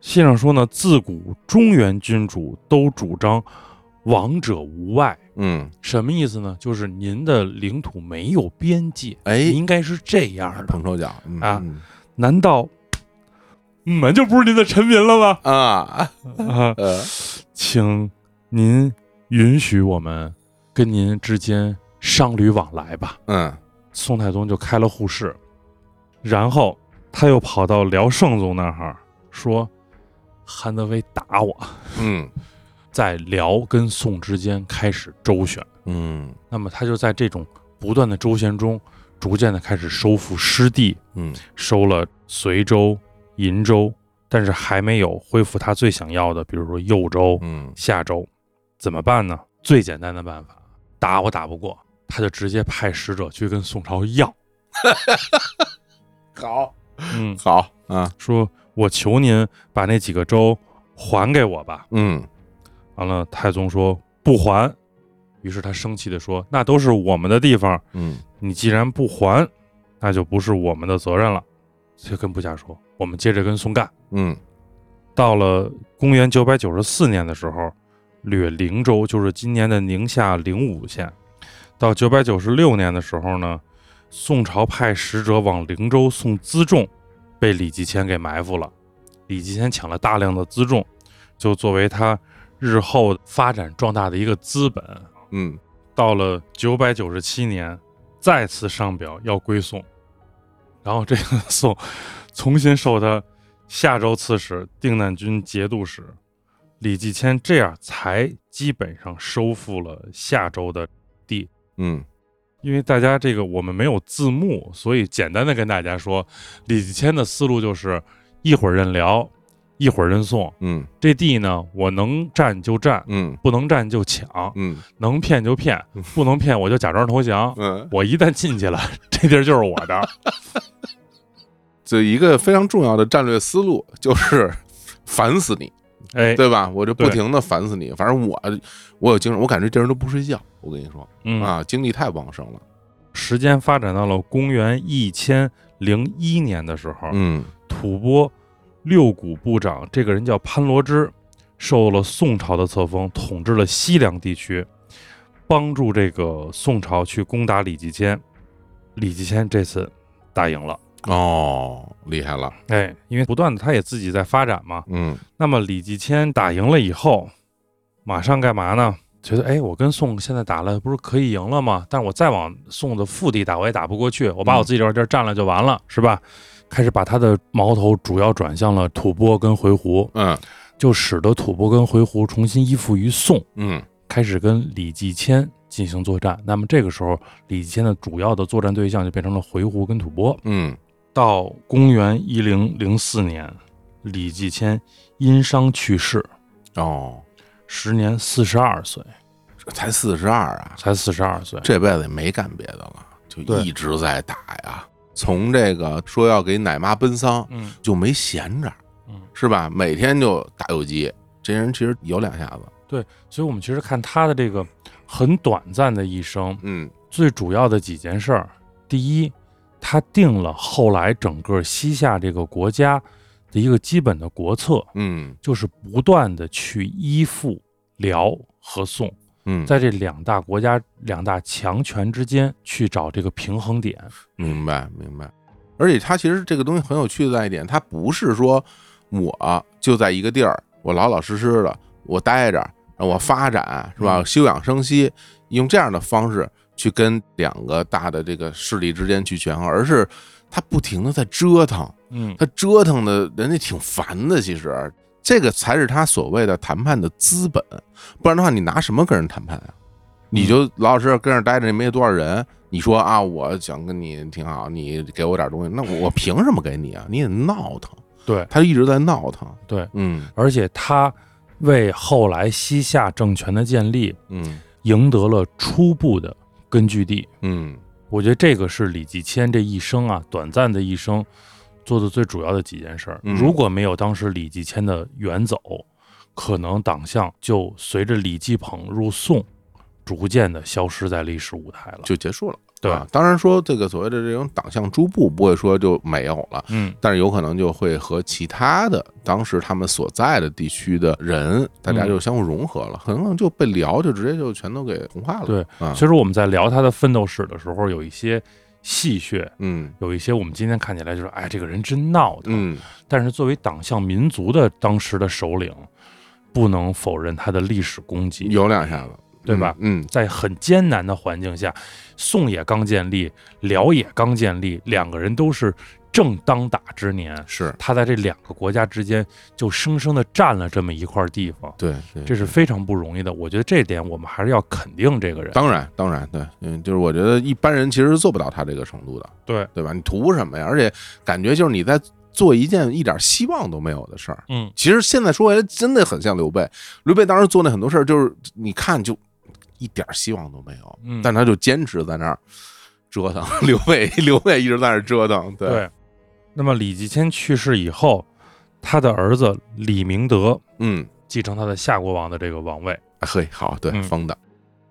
Speaker 2: 信上说呢，自古中原君主都主张王者无外，
Speaker 1: 嗯，
Speaker 2: 什么意思呢？就是您的领土没有边界，
Speaker 1: 哎，
Speaker 2: 应该是这样的。
Speaker 1: 捧臭脚嗯
Speaker 2: 啊
Speaker 1: 嗯
Speaker 2: 难道我们就不是您的臣民了吗？
Speaker 1: 啊，
Speaker 2: 啊，
Speaker 1: 呃，
Speaker 2: 请您允许我们跟您之间商旅往来吧。
Speaker 1: 嗯
Speaker 2: 宋太宗就开了互市，然后他又跑到辽圣宗那儿说：“韩德威打我。
Speaker 1: 嗯”
Speaker 2: 在辽跟宋之间开始周旋。
Speaker 1: 嗯
Speaker 2: 那么他就在这种不断的周旋中，逐渐的开始收复失地，
Speaker 1: 嗯
Speaker 2: 收了随州、银州，但是还没有恢复他最想要的，比如说右州、
Speaker 1: 嗯
Speaker 2: 下周，怎么办呢？最简单的办法，打我打不过，他就直接派使者去跟宋朝要。
Speaker 1: 好，
Speaker 2: 嗯，
Speaker 1: 好啊，
Speaker 2: 说我求您把那几个州还给我吧。
Speaker 1: 嗯
Speaker 2: 完了，太宗说不还，于是他生气地说：“那都是我们的地方，
Speaker 1: 嗯
Speaker 2: 你既然不还，那就不是我们的责任了。”就跟部下说：“我们接着跟宋干。
Speaker 1: 嗯”
Speaker 2: 到了公元九百九十四年的时候，掠灵州，就是今年的宁夏灵武县。到九百九十六年的时候呢，宋朝派使者往灵州送辎重，被李继迁给埋伏了。李继迁抢了大量的辎重，就作为他日后发展壮大的一个资本。
Speaker 1: 嗯
Speaker 2: 到了九百九十七年，再次上表要归宋，然后这个 宋重新授他夏州刺史、定难军节度使。李继迁这样才基本上收复了夏州的，
Speaker 1: 嗯
Speaker 2: 因为大家这个我们没有字幕，所以简单的跟大家说，李继迁的思路就是一会儿认辽，一会儿认宋，
Speaker 1: 嗯
Speaker 2: 这地呢我能占就占，
Speaker 1: 嗯
Speaker 2: 不能占就抢，
Speaker 1: 嗯
Speaker 2: 能骗就骗，不能骗我就假装投降，
Speaker 1: 嗯，
Speaker 2: 我一旦进去了，这地儿就是我 的。
Speaker 1: 这一个非常重要的战略思路就是烦死你，
Speaker 2: 哎，
Speaker 1: 对吧？我就不
Speaker 2: 对
Speaker 1: 停的烦死你，反正我我有精神，我感觉这人都不睡觉，我跟你说
Speaker 2: 嗯，
Speaker 1: 啊，精力太旺盛了。
Speaker 2: 时间发展到了公元一千零一年的时候，
Speaker 1: 嗯
Speaker 2: 吐蕃六谷部长这个人叫潘罗支，受了宋朝的册封，统治了西凉地区，帮助这个宋朝去攻打李继迁。李继迁这次答应了，
Speaker 1: 哦，厉害了。
Speaker 2: 哎，因为不断的他也自己在发展嘛，
Speaker 1: 嗯
Speaker 2: 那么李继迁打赢了以后，马上干嘛呢？觉得哎，我跟宋现在打了，不是可以赢了吗？但是我再往宋的腹地打，我也打不过去，我把我自己这块地儿占了就完了，是吧？开始把他的矛头主要转向了吐蕃跟回鹘，
Speaker 1: 嗯
Speaker 2: 就使得吐蕃跟回鹘重新依附于宋，
Speaker 1: 嗯
Speaker 2: 开始跟李继迁进行作战。那么这个时候，李继迁的主要的作战对象就变成了回鹘跟吐蕃。
Speaker 1: 嗯
Speaker 2: 到公元一零零四年，李继迁因伤去世，
Speaker 1: 哦，
Speaker 2: 时年四十二岁，
Speaker 1: 这才四十二啊，
Speaker 2: 才四十二岁。
Speaker 1: 这辈子也没干别的了，就
Speaker 2: 对
Speaker 1: 一直在打呀。从这个说要给奶妈奔丧，
Speaker 2: 嗯
Speaker 1: 就没闲着，
Speaker 2: 嗯，
Speaker 1: 是吧？每天就打游击，这人其实有两下子。
Speaker 2: 所以我们其实看他的这个很短暂的一生，
Speaker 1: 嗯
Speaker 2: 最主要的几件事儿，第一，他定了后来整个西夏这个国家的一个基本的国策，
Speaker 1: 嗯
Speaker 2: 就是不断的去依附辽和宋，
Speaker 1: 嗯，
Speaker 2: 在这两大国家、两大强权之间去找这个平衡点。
Speaker 1: 明白明白。而且他其实这个东西很有趣的在一点，他不是说我就在一个地儿，我老老实实的我待着，然后我发展是吧？
Speaker 2: 嗯
Speaker 1: 休养生息，用这样的方式去跟两个大的这个势力之间去权衡，而是他不停的在折腾。
Speaker 2: 嗯，
Speaker 1: 他折腾的人家挺烦的，其实这个才是他所谓的谈判的资本，不然的话，你拿什么跟人谈判啊？你就老老实实跟这儿待着，也没有多少人。你说啊，我想跟你挺好，你给我点东西，那我我凭什么给你啊？你得闹腾，
Speaker 2: 对
Speaker 1: 他一直在闹腾。
Speaker 2: 对，
Speaker 1: 嗯
Speaker 2: 而且他为后来西夏政权的建立
Speaker 1: 嗯
Speaker 2: 赢得了初步的根据地。
Speaker 1: 嗯
Speaker 2: 我觉得这个是李继迁这一生啊，短暂的一生做的最主要的几件事儿。
Speaker 1: 嗯
Speaker 2: 如果没有当时李继迁的远走，可能党项就随着李继捧入宋，逐渐的消失在历史舞台了。
Speaker 1: 就结束了。
Speaker 2: 对
Speaker 1: 啊，当然说这个所谓的这种党项诸部不会说就没有了，
Speaker 2: 嗯，
Speaker 1: 但是有可能就会和其他的当时他们所在的地区的人，大家就相互融合了，可能就被辽就直接就全都给同化了。
Speaker 2: 嗯对
Speaker 1: 啊
Speaker 2: 其，实我们在聊他的奋斗史的时候，有一些戏谑，
Speaker 1: 嗯
Speaker 2: 有一些我们今天看起来就是，哎，这个人真闹腾。
Speaker 1: 嗯，
Speaker 2: 但是作为党项民族的当时的首领，不能否认他的历史功绩。
Speaker 1: 有两下子，
Speaker 2: 嗯对吧
Speaker 1: 嗯？嗯，
Speaker 2: 在很艰难的环境下，宋也刚建立，辽也刚建立，两个人都是正当打之年，
Speaker 1: 是
Speaker 2: 他在这两个国家之间就生生的占了这么一块地方，
Speaker 1: 对对，
Speaker 2: 这是非常不容易的。我觉得这点我们还是要肯定这个人。
Speaker 1: 当然当然对，嗯，就是我觉得一般人其实做不到他这个程度的，
Speaker 2: 对，
Speaker 1: 对吧？你图什么呀？而且感觉就是你在做一件一点希望都没有的事儿。
Speaker 2: 嗯，
Speaker 1: 其实现在说回来，真的很像刘备。刘备当时做那很多事儿，就是你看就一点希望都没有，
Speaker 2: 嗯
Speaker 1: 但他就坚持在那儿折腾。 刘备，刘备一直在那儿折腾，对，
Speaker 2: 对。那么李继迁去世以后，他的儿子李明德
Speaker 1: 嗯，哎
Speaker 2: 继承他的夏国王的这个王位。
Speaker 1: 嘿，好，对，
Speaker 2: 嗯
Speaker 1: 封的。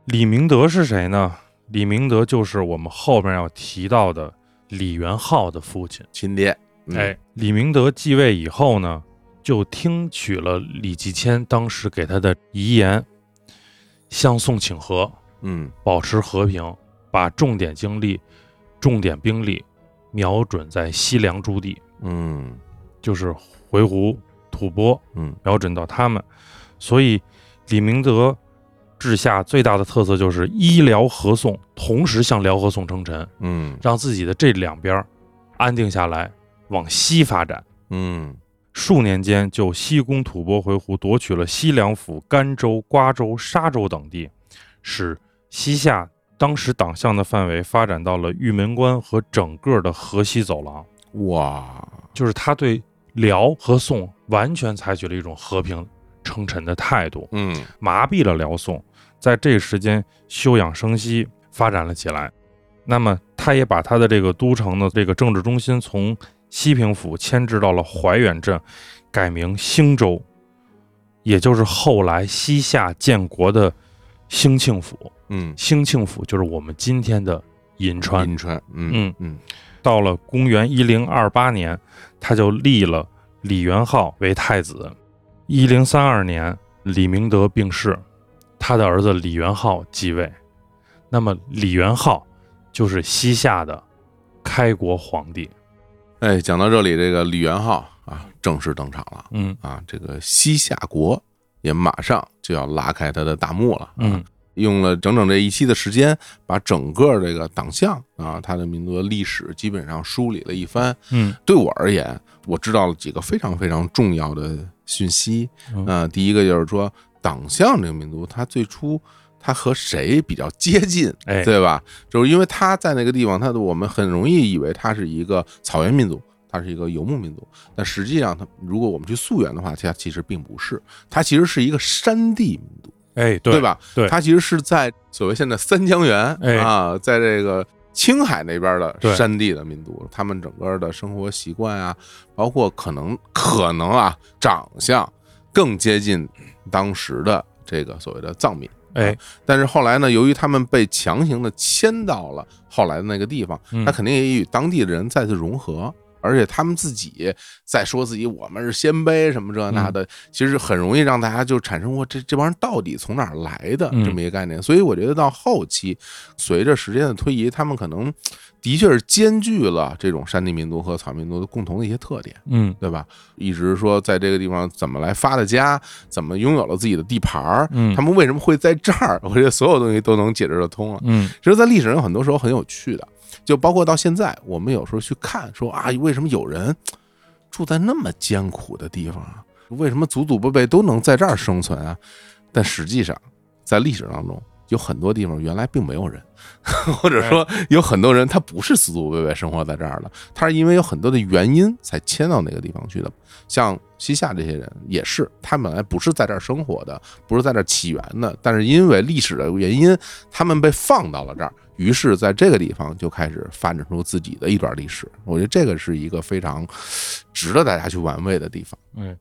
Speaker 2: 李明德是谁呢？李明德就是我们后面要提到的李元昊的父亲。
Speaker 1: 亲爹，嗯
Speaker 2: 哎，李明德继位以后呢，就听取了李继迁当时给他的遗言，向宋请和，
Speaker 1: 嗯
Speaker 2: 保持和平，把重点精力、重点兵力瞄准在西凉诸地，
Speaker 1: 嗯
Speaker 2: 就是回鹘、吐蕃，
Speaker 1: 嗯
Speaker 2: 瞄准到他们。所以，李明德治下最大的特色就是一辽合宋，同时向辽和宋称臣，
Speaker 1: 嗯
Speaker 2: 让自己的这两边儿安定下来，往西发展。
Speaker 1: 嗯
Speaker 2: 数年间就西攻吐蕃回鹘，夺取了西凉府、甘州、瓜州、沙州等地，使西夏当时党项的范围发展到了玉门关和整个的河西走廊。
Speaker 1: 哇，
Speaker 2: 就是他对辽和宋完全采取了一种和平称臣的态度，
Speaker 1: 嗯
Speaker 2: 麻痹了辽宋，在这时间休养生息，发展了起来。那么，他也把他的这个都城的这个政治中心从西平府迁至到了怀远镇，改名兴州，也就是后来西夏建国的兴庆府。
Speaker 1: 嗯，
Speaker 2: 兴庆府就是我们今天的银川。
Speaker 1: 银川，嗯
Speaker 2: 嗯
Speaker 1: 嗯
Speaker 2: 到了公元一零二八年，他就立了李元昊为太子。一零三二年，李明德病逝，他的儿子李元昊继位。那么李元昊就是西夏的开国皇帝。
Speaker 1: 哎，讲到这里，这个李元昊啊正式登场了
Speaker 2: 嗯
Speaker 1: 啊，这个西夏国也马上就要拉开他的大幕了，
Speaker 2: 嗯，
Speaker 1: 用了整整这一期的时间，把整个这个党项啊，他的民族的历史基本上梳理了一番。
Speaker 2: 嗯
Speaker 1: 对我而言，我知道了几个非常非常重要的讯息。
Speaker 2: 嗯
Speaker 1: 啊，第一个就是说，党项这个民族，它最初它和谁比较接近，
Speaker 2: 哎
Speaker 1: 对吧？就是因为它在那个地方，它的我们很容易以为它是一个草原民族。它是一个游牧民族，但实际上它，如果我们去溯源的话，它其实并不是，它其实是一个山地民族。
Speaker 2: 哎，对
Speaker 1: 对？吧？
Speaker 2: 对
Speaker 1: 它其实是在所谓现在三江源、
Speaker 2: 哎
Speaker 1: 啊，在这个青海那边的
Speaker 2: 对
Speaker 1: 山地的民族，他们整个的生活习惯啊，包括可能可能啊，长相更接近当时的这个所谓的藏民。
Speaker 2: 哎，
Speaker 1: 但是后来呢，由于他们被强行的迁到了后来的那个地方，
Speaker 2: 嗯
Speaker 1: 他肯定也与当地的人再次融合，而且他们自己在说自己我们是鲜卑什么这那
Speaker 2: 嗯
Speaker 1: 的，其实很容易让大家就产生过这这帮人到底从哪儿来的
Speaker 2: 嗯
Speaker 1: 这么一个概念。所以我觉得到后期，随着时间的推移，他们可能的确是兼具了这种山地民族和草原民族的共同的一些特点。
Speaker 2: 嗯
Speaker 1: 对吧？一直说在这个地方怎么来发的家，怎么拥有了自己的地盘儿，
Speaker 2: 嗯
Speaker 1: 他们为什么会在这儿？ 我觉得所有东西都能解释得通了。啊
Speaker 2: 嗯
Speaker 1: 其实，在历史上很多时候很有趣的，就包括到现在，我们有时候去看说啊，为什么有人住在那么艰苦的地方啊？为什么祖祖辈辈都能在这儿生存啊？但实际上，在历史当中，有很多地方原来并没有人， 或者说有很多人他不是祖祖辈辈生活在这儿的，他是因为有很多的原因才迁到那个地方去的。像西夏这些人也是，他们本来不是在这儿生活的，不是在这儿起源的，但是因为历史的原因，他们被放到了这儿，于是在这个地方就开始发展出自己的一段历史。我觉得这个是一个非常值得大家去玩味的地方。
Speaker 2: 哎，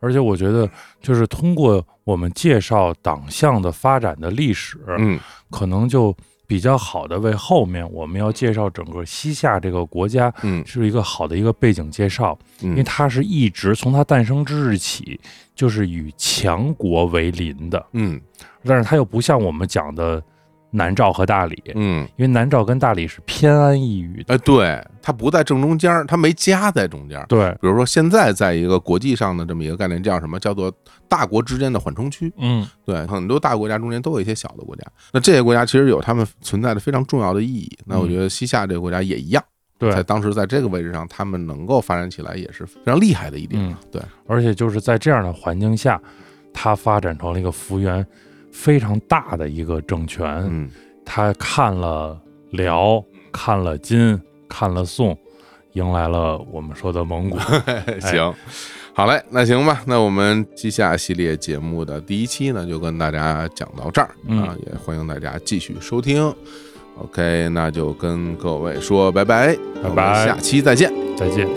Speaker 2: 而且我觉得，就是通过我们介绍党项的发展的历史，
Speaker 1: 嗯
Speaker 2: 可能就比较好的为后面我们要介绍整个西夏这个国家
Speaker 1: 嗯
Speaker 2: 是一个好的一个背景介绍，因为
Speaker 1: 嗯
Speaker 2: 它是一直从它诞生之日起就是与强国为邻的，
Speaker 1: 嗯
Speaker 2: 但是它又不像我们讲的南诏和大理，
Speaker 1: 嗯，
Speaker 2: 因为南诏跟大理是偏安一隅的，
Speaker 1: 哎，对，它不在正中间儿，它没夹在中间儿。
Speaker 2: 对，
Speaker 1: 比如说，现在在一个国际上的这么一个概念叫什么？叫做大国之间的缓冲区。
Speaker 2: 嗯，
Speaker 1: 对，很多大国家中间都有一些小的国家，那这些国家其实有他们存在的非常重要的意义。那我觉得西夏这个国家也一样，在
Speaker 2: 嗯对，
Speaker 1: 当时在这个位置上，他们能够发展起来也是非常厉害的一点。
Speaker 2: 嗯，
Speaker 1: 对，
Speaker 2: 而且就是在这样的环境下，它发展成了一个幅员非常大的一个政权，
Speaker 1: 嗯
Speaker 2: 他看了辽，看了金，看了宋，迎来了我们说的蒙古。
Speaker 1: 行，好嘞，那行吧，那我们西夏系列节目的第一期呢，就跟大家讲到这儿
Speaker 2: 嗯
Speaker 1: 啊，也欢迎大家继续收听。OK，那就跟各位说拜拜，
Speaker 2: 拜拜
Speaker 1: 我们下期再见。
Speaker 2: 再见。